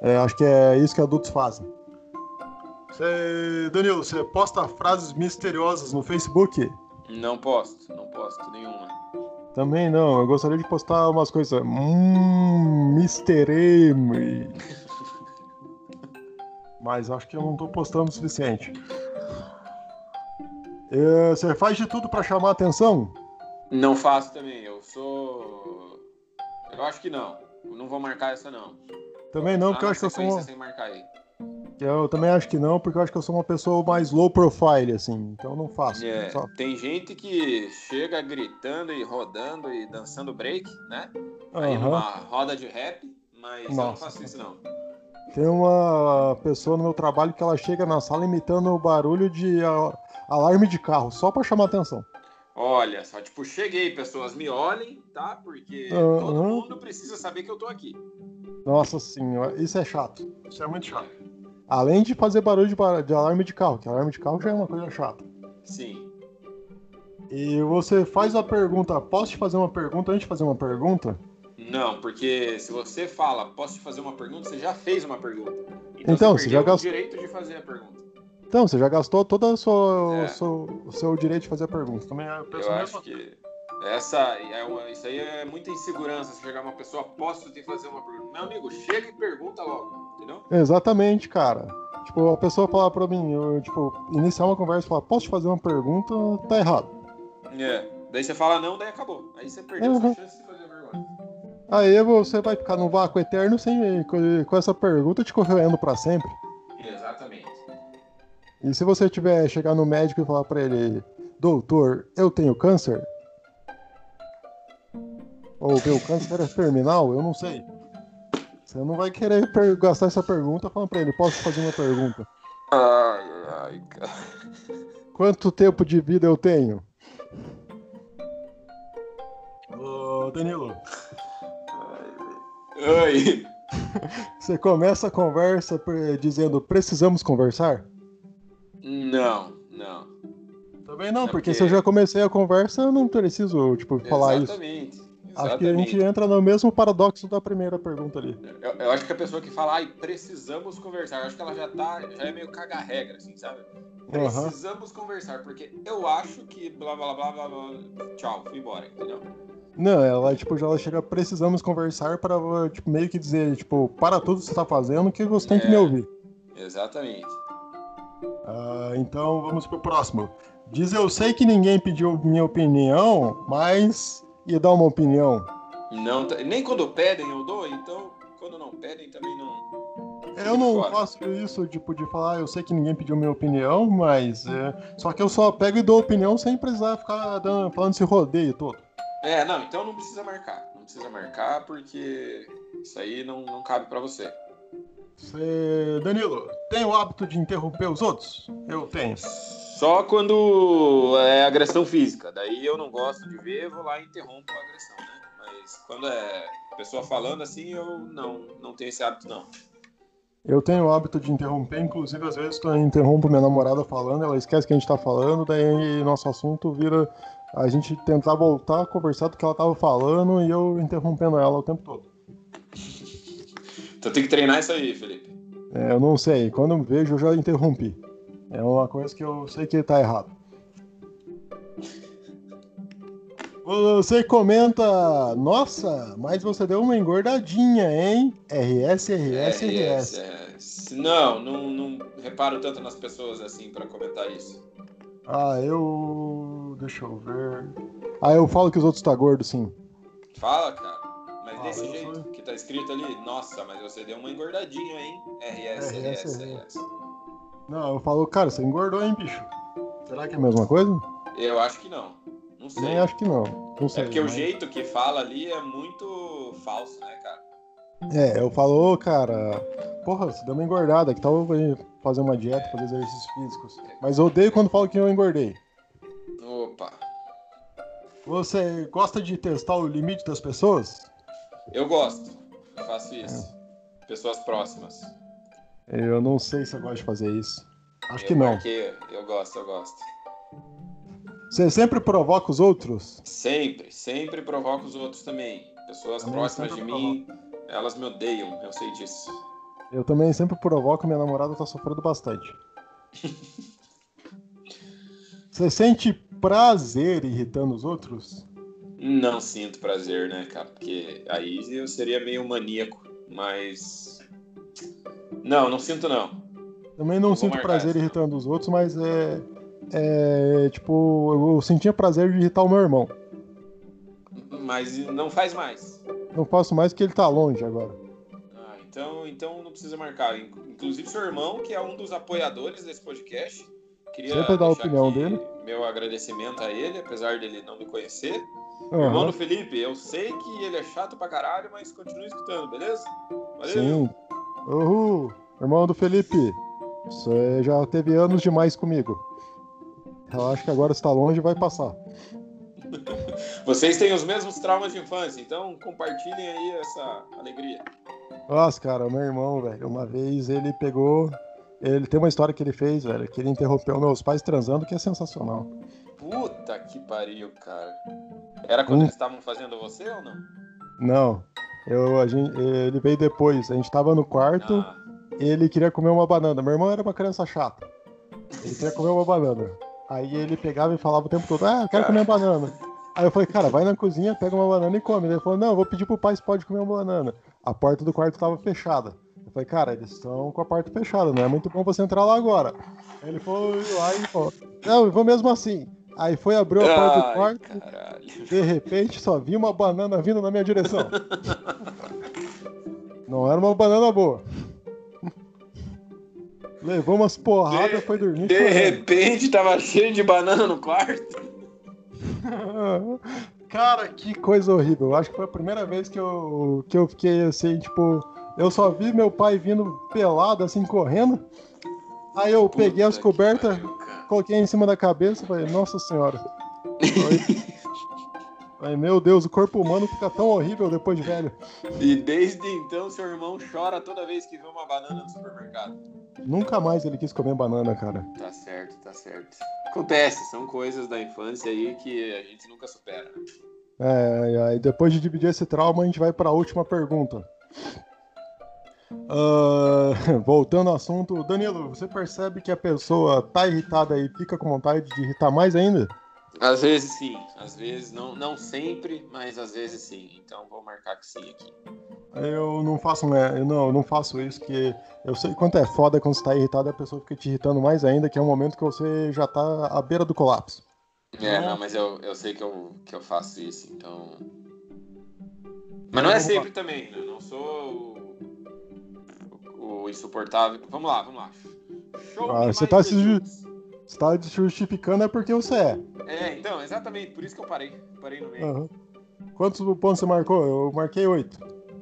[SPEAKER 1] É, acho que é isso que adultos fazem. Você- Danilo, você posta frases misteriosas no Facebook?
[SPEAKER 2] Não posto, não posto nenhuma.
[SPEAKER 1] Também não, eu gostaria de postar umas coisas. Hum, Mr. M. Mas acho que eu não tô postando o suficiente. É, Você faz de tudo para chamar atenção?
[SPEAKER 2] Não faço também, eu sou. Eu acho que não. Eu não vou marcar essa, não. Tá
[SPEAKER 1] Também não, porque eu
[SPEAKER 2] na
[SPEAKER 1] acho que eu sou um-
[SPEAKER 2] sequência,
[SPEAKER 1] uma...
[SPEAKER 2] sem marcar aí.
[SPEAKER 1] Eu também acho que não, porque eu acho que eu sou uma pessoa mais low profile, assim. Então eu não faço.
[SPEAKER 2] É,
[SPEAKER 1] Só-
[SPEAKER 2] Tem gente que chega gritando e rodando e dançando break, né? Aí
[SPEAKER 1] Aham.
[SPEAKER 2] numa roda de rap, mas eu não
[SPEAKER 1] Nossa.
[SPEAKER 2] faço isso, não.
[SPEAKER 1] Tem uma pessoa no meu trabalho que ela chega na sala imitando o barulho de a- alarme de carro, só pra chamar atenção.
[SPEAKER 2] Olha só, tipo, cheguei, pessoas me olhem, tá? Porque
[SPEAKER 1] Aham.
[SPEAKER 2] todo mundo precisa saber que eu tô aqui.
[SPEAKER 1] Nossa senhora, isso é chato. Isso é muito chato. Além de fazer barulho de, ba- de alarme de carro, que alarme de carro já é uma coisa chata.
[SPEAKER 2] Sim.
[SPEAKER 1] E você faz a pergunta, posso te fazer uma pergunta antes de fazer uma pergunta?
[SPEAKER 2] Não, porque se você fala, posso te fazer uma pergunta, você já fez uma pergunta.
[SPEAKER 1] Então,
[SPEAKER 2] você
[SPEAKER 1] você já
[SPEAKER 2] perdeu o
[SPEAKER 1] gastou-
[SPEAKER 2] direito de fazer a pergunta.
[SPEAKER 1] Então, você já gastou todo o seu,
[SPEAKER 2] É.
[SPEAKER 1] seu- seu direito de fazer a pergunta. Também é
[SPEAKER 2] Eu acho que essa é uma- isso aí é muita insegurança. Se chegar uma pessoa, posso te fazer uma pergunta? Meu amigo, chega e pergunta logo, entendeu?
[SPEAKER 1] Exatamente, cara. Tipo, a pessoa falar pra mim, eu, tipo, iniciar uma conversa e falar, posso te fazer uma pergunta? Tá errado.
[SPEAKER 2] É. Daí você fala não, daí acabou. Aí você perdeu a
[SPEAKER 1] Uhum.
[SPEAKER 2] sua chance de fazer a pergunta.
[SPEAKER 1] Aí você vai ficar num vácuo eterno sem, com com essa pergunta te corroendo pra sempre.
[SPEAKER 2] Exatamente.
[SPEAKER 1] E se você tiver chegar no médico e falar pra ele, doutor, eu tenho câncer? Ou meu câncer é terminal? Eu não sei. Você não vai querer per- gastar essa pergunta falando pra ele, posso te fazer uma pergunta?
[SPEAKER 2] Ai, ai, cara.
[SPEAKER 1] Quanto tempo de vida eu tenho? Ô, Danilo.
[SPEAKER 2] Ai.
[SPEAKER 1] Você começa a conversa pre- dizendo, precisamos conversar?
[SPEAKER 2] Não, não.
[SPEAKER 1] Também não,
[SPEAKER 2] É
[SPEAKER 1] porque,
[SPEAKER 2] porque-
[SPEAKER 1] se eu já comecei a conversa, eu não preciso, tipo, falar isso.
[SPEAKER 2] Exatamente.
[SPEAKER 1] Acho que a gente
[SPEAKER 2] Exatamente.
[SPEAKER 1] entra no mesmo paradoxo da primeira pergunta ali.
[SPEAKER 2] Eu, eu acho que a pessoa que fala, ai, precisamos conversar, eu acho que ela já tá, já é meio caga-regra, assim, sabe?
[SPEAKER 1] Aham.
[SPEAKER 2] Precisamos conversar, porque eu acho que blá blá blá blá blá. Tchau, fui embora, entendeu?
[SPEAKER 1] Não, ela, tipo, já ela chega, precisamos conversar para, tipo, meio que dizer, tipo, para tudo que você tá fazendo que você tem que
[SPEAKER 2] É.
[SPEAKER 1] me ouvir.
[SPEAKER 2] Exatamente.
[SPEAKER 1] Ah, então, vamos pro próximo. Diz, eu sei que ninguém pediu minha opinião, mas... E dá uma opinião.
[SPEAKER 2] Não, tá- nem quando pedem eu dou, então quando não pedem também não.
[SPEAKER 1] Eu não
[SPEAKER 2] Fora.
[SPEAKER 1] faço isso, tipo, de falar, eu sei que ninguém pediu minha opinião, mas... é, Só que eu só pego e dou opinião sem precisar ficar dando- falando esse rodeio todo.
[SPEAKER 2] É, não, então não precisa marcar. Não precisa marcar porque isso aí não, não cabe pra você.
[SPEAKER 1] Você, Danilo, tem o hábito de interromper os outros? Eu tenho.
[SPEAKER 2] Só quando é agressão física. Daí eu não gosto de ver, vou lá e interrompo a agressão, né? Mas quando é pessoa falando assim, eu não, não tenho esse hábito, não.
[SPEAKER 1] Eu tenho o hábito de interromper, inclusive às vezes eu interrompo minha namorada falando, ela esquece que a gente tá falando, daí nosso assunto vira a gente tentar voltar a conversar do que ela tava falando e eu interrompendo ela o tempo todo.
[SPEAKER 2] Então tem que treinar isso aí, Felipe.
[SPEAKER 1] É, eu não sei, quando eu vejo eu já interrompi. É uma coisa que eu sei que tá errado. Você comenta, nossa, mas você deu uma engordadinha, hein? RS, RS, RS.
[SPEAKER 2] RS. É, Não, não, não reparo tanto nas pessoas assim pra comentar isso.
[SPEAKER 1] Ah, eu. Deixa eu ver. Ah, eu falo que os outros tá gordo, sim.
[SPEAKER 2] Fala, cara. Mas
[SPEAKER 1] Ah,
[SPEAKER 2] desse
[SPEAKER 1] eu
[SPEAKER 2] jeito que tá escrito ali, nossa, mas você deu uma engordadinha, hein? RS, RS, RS.
[SPEAKER 1] Não, eu falo, cara, você engordou, hein, bicho? Será que é a mesma coisa?
[SPEAKER 2] Eu acho que não. Não sei.
[SPEAKER 1] Nem acho que não. Não sei.
[SPEAKER 2] É porque o
[SPEAKER 1] mas-
[SPEAKER 2] jeito que fala ali é muito falso, né, cara?
[SPEAKER 1] É, eu falo, ô, cara, porra, você deu uma engordada, que tal eu fazer uma dieta, fazer exercícios físicos. Mas eu odeio quando falo que eu engordei.
[SPEAKER 2] Opa.
[SPEAKER 1] Você gosta de testar o limite das pessoas?
[SPEAKER 2] Eu gosto. Eu faço isso. Pessoas próximas.
[SPEAKER 1] Eu não sei se eu gosto de fazer isso. Acho
[SPEAKER 2] Eu
[SPEAKER 1] que não.
[SPEAKER 2] marquei, eu gosto, eu gosto.
[SPEAKER 1] Você sempre provoca os outros?
[SPEAKER 2] Sempre, sempre provoco os outros também. Pessoas
[SPEAKER 1] Também
[SPEAKER 2] próximas de
[SPEAKER 1] sempre
[SPEAKER 2] mim, elas me odeiam, eu sei disso.
[SPEAKER 1] Eu também sempre provoco, minha namorada tá sofrendo bastante. Você sente prazer irritando os outros?
[SPEAKER 2] Não sinto prazer, né, cara? Porque aí eu seria meio maníaco, mas. Não, não sinto não.
[SPEAKER 1] Também não
[SPEAKER 2] Vou
[SPEAKER 1] sinto
[SPEAKER 2] marcar
[SPEAKER 1] prazer
[SPEAKER 2] essa.
[SPEAKER 1] irritando os outros, mas é. é, tipo, eu, eu sentia prazer de irritar o meu irmão.
[SPEAKER 2] Mas não faz mais.
[SPEAKER 1] Não faço mais porque ele tá longe agora.
[SPEAKER 2] Ah, então, então não precisa marcar. Inc- Inclusive, seu irmão, que é um dos apoiadores desse podcast, queria
[SPEAKER 1] Sempre dá a
[SPEAKER 2] deixar
[SPEAKER 1] opinião
[SPEAKER 2] aqui
[SPEAKER 1] dele.
[SPEAKER 2] Meu agradecimento a ele, apesar dele não me conhecer. Irmão
[SPEAKER 1] Aham.
[SPEAKER 2] do Felipe, eu sei que ele é chato pra caralho, mas continue escutando, beleza?
[SPEAKER 1] Sim. Uhul. Irmão do Felipe, você já teve anos demais comigo. Eu acho que agora está longe e vai passar.
[SPEAKER 2] Vocês têm os mesmos traumas de infância, então compartilhem aí essa alegria.
[SPEAKER 1] Nossa, cara, o meu irmão, velho, uma vez ele pegou. Ele tem uma história que ele fez, velho, que ele interrompeu meus pais transando, que é sensacional.
[SPEAKER 2] Puta que pariu, cara. Era quando
[SPEAKER 1] Hum.
[SPEAKER 2] eles estavam fazendo você ou não?
[SPEAKER 1] Não, eu, a gente, ele veio depois. A gente tava no quarto,
[SPEAKER 2] Ah,
[SPEAKER 1] ele queria comer uma banana. Meu irmão era uma criança chata. Ele queria comer uma banana. Aí ele pegava e falava o tempo todo: Ah, eu quero comer uma banana. Aí eu falei: Cara, vai na cozinha, pega uma banana e come. Ele falou: Não, eu vou pedir pro pai se pode comer uma banana. A porta do quarto tava fechada. Eu falei: Cara, eles estão com a porta fechada, não é muito bom você entrar lá agora. Aí ele foi lá e falou: Não, eu vou mesmo assim. Aí foi, abriu a porta do
[SPEAKER 2] ai,
[SPEAKER 1] quarto.
[SPEAKER 2] caralho.
[SPEAKER 1] De repente, só vi uma banana vindo na minha direção. Não era uma banana boa. Levou umas porradas, foi dormir.
[SPEAKER 2] De
[SPEAKER 1] chorando.
[SPEAKER 2] repente tava cheio de banana no quarto.
[SPEAKER 1] Cara, que coisa horrível. Eu Acho que foi a primeira vez que eu, que eu fiquei assim, tipo. Eu só vi meu pai vindo pelado, assim, correndo. Aí eu peguei as
[SPEAKER 2] que
[SPEAKER 1] cobertas,
[SPEAKER 2] pariu, cara.
[SPEAKER 1] coloquei em cima da cabeça e falei, nossa senhora. Foi... Ai, meu Deus, o corpo humano fica tão horrível depois de velho.
[SPEAKER 2] E desde então seu irmão chora toda vez que vê uma banana no supermercado.
[SPEAKER 1] Nunca mais ele quis comer banana, cara.
[SPEAKER 2] Tá certo, tá certo. Acontece, são coisas da infância aí que a gente nunca supera.
[SPEAKER 1] É, é, é, e depois de dividir esse trauma, a gente vai pra última pergunta. Ah, voltando ao assunto, Danilo, você percebe que a pessoa tá irritada e fica com vontade de irritar mais ainda?
[SPEAKER 2] Às vezes sim, às vezes não, não sempre, mas às vezes sim. Então vou marcar que sim aqui.
[SPEAKER 1] Eu não faço, né? Eu não, eu não faço isso, porque eu sei quanto é foda quando você tá irritado e a pessoa fica te irritando mais ainda, que é um momento que você já tá à beira do colapso.
[SPEAKER 2] É,
[SPEAKER 1] Não.
[SPEAKER 2] não, mas eu, eu sei que eu, que eu faço isso, então. Mas não
[SPEAKER 1] Vamos
[SPEAKER 2] é
[SPEAKER 1] lá.
[SPEAKER 2] sempre também, eu não sou o, o insuportável. Vamos lá, vamos lá. Show
[SPEAKER 1] Ah,
[SPEAKER 2] me
[SPEAKER 1] você
[SPEAKER 2] mais
[SPEAKER 1] tá se ju-
[SPEAKER 2] Jesus.
[SPEAKER 1] Você tá te justificando é porque você é.
[SPEAKER 2] É, então, exatamente, por isso que eu parei. Parei no meio.
[SPEAKER 1] Aham. Quantos pontos você marcou? Eu marquei oito.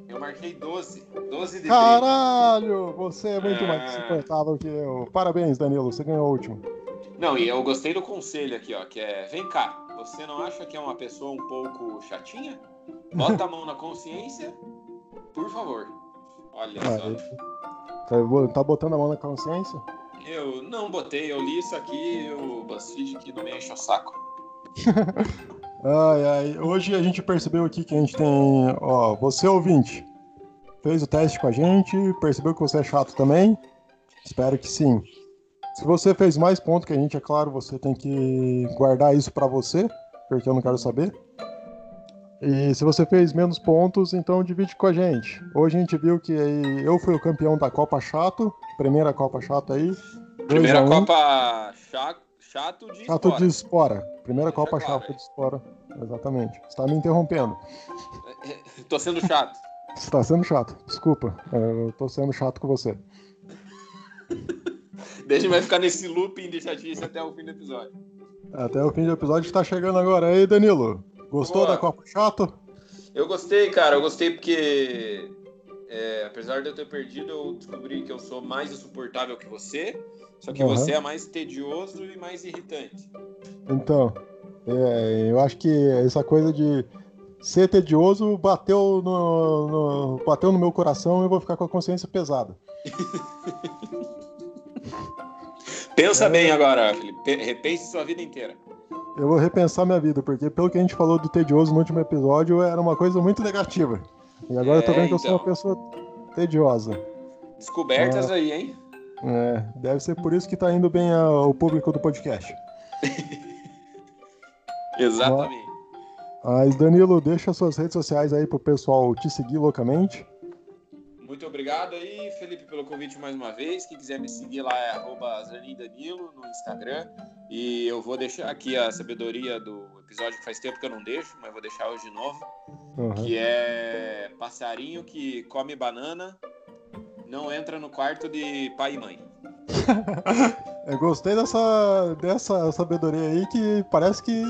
[SPEAKER 2] Eu marquei 12. 12 de
[SPEAKER 1] Caralho, você é muito
[SPEAKER 2] É.
[SPEAKER 1] mais insuportável que eu. Parabéns, Danilo, você ganhou o último.
[SPEAKER 2] briga. Não, e eu gostei do conselho aqui, ó, que é: vem cá, você não acha que é uma pessoa um pouco chatinha? Bota a mão na consciência, por favor. Olha só.
[SPEAKER 1] Aí. Tá- Tá botando a mão na consciência?
[SPEAKER 2] Eu não botei, eu li isso aqui, o BuzzFeed aqui não me enche o saco.
[SPEAKER 1] Ai, ai. Hoje a gente percebeu aqui que a gente tem. Ó, você ouvinte, fez o teste com a gente, percebeu que você é chato também? Espero que sim. Se você fez mais ponto que a gente, é claro, você tem que guardar isso pra você, porque eu não quero saber. E se você fez menos pontos, então divide com a gente. Hoje a gente viu que eu fui o campeão da Copa Chato, primeira Copa Chato aí. dois
[SPEAKER 2] Primeira
[SPEAKER 1] a um.
[SPEAKER 2] Copa cha- chato de
[SPEAKER 1] Chato
[SPEAKER 2] fora.
[SPEAKER 1] de Espora. Primeira
[SPEAKER 2] Deixa
[SPEAKER 1] Copa
[SPEAKER 2] é claro,
[SPEAKER 1] Chato
[SPEAKER 2] hein?
[SPEAKER 1] de Espora. Exatamente. Você tá me interrompendo.
[SPEAKER 2] Tô sendo chato.
[SPEAKER 1] Você tá sendo chato. Desculpa. É, Eu tô sendo chato com você.
[SPEAKER 2] Daí a gente vai ficar nesse looping de chatice até o fim do episódio.
[SPEAKER 1] Até o fim do episódio tá chegando agora. Aí, Danilo. Gostou
[SPEAKER 2] Boa.
[SPEAKER 1] da Copa Chato?
[SPEAKER 2] Eu gostei, cara, eu gostei porque é, apesar de eu ter perdido, eu descobri que eu sou mais insuportável que você, só que
[SPEAKER 1] Aham.
[SPEAKER 2] você é mais tedioso e mais irritante.
[SPEAKER 1] Então, é, eu acho que essa coisa de ser tedioso bateu no, no- bateu no meu coração e eu vou ficar com a consciência pesada.
[SPEAKER 2] Pensa
[SPEAKER 1] É.
[SPEAKER 2] bem agora, Felipe. Pe- Repense sua vida inteira.
[SPEAKER 1] Eu vou repensar minha vida, porque pelo que a gente falou do tedioso no último episódio, era uma coisa muito negativa. E agora eu tô
[SPEAKER 2] É,
[SPEAKER 1] vendo que eu sou uma
[SPEAKER 2] então.
[SPEAKER 1] pessoa tediosa.
[SPEAKER 2] Descobertas aí, hein?
[SPEAKER 1] É, deve ser por isso que tá indo bem ao público do podcast.
[SPEAKER 2] Exatamente.
[SPEAKER 1] Mas, Danilo, deixa suas redes sociais aí pro pessoal te seguir loucamente.
[SPEAKER 2] Muito obrigado aí, Felipe, pelo convite mais uma vez. Quem quiser me seguir lá é arroba Danilo no Instagram. E eu vou deixar aqui a sabedoria do episódio que faz tempo que eu não deixo, mas vou deixar hoje de novo. Uhum. Que é passarinho que come banana, não entra no quarto de pai e mãe.
[SPEAKER 1] eu gostei dessa, dessa sabedoria aí que parece que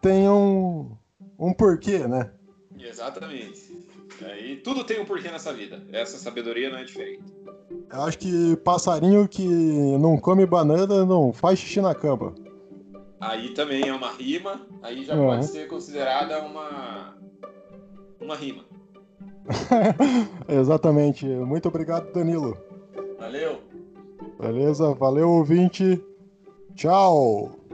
[SPEAKER 1] tem um, um porquê, né?
[SPEAKER 2] Exatamente. Aí tudo tem um porquê nessa vida. Essa sabedoria não é diferente.
[SPEAKER 1] Eu acho que passarinho que não come banana não faz xixi na cama.
[SPEAKER 2] Aí também é uma rima, aí já uhum. pode ser considerada uma uma rima.
[SPEAKER 1] Exatamente. Muito obrigado, Danilo.
[SPEAKER 2] Valeu.
[SPEAKER 1] Beleza, valeu ouvinte. Tchau.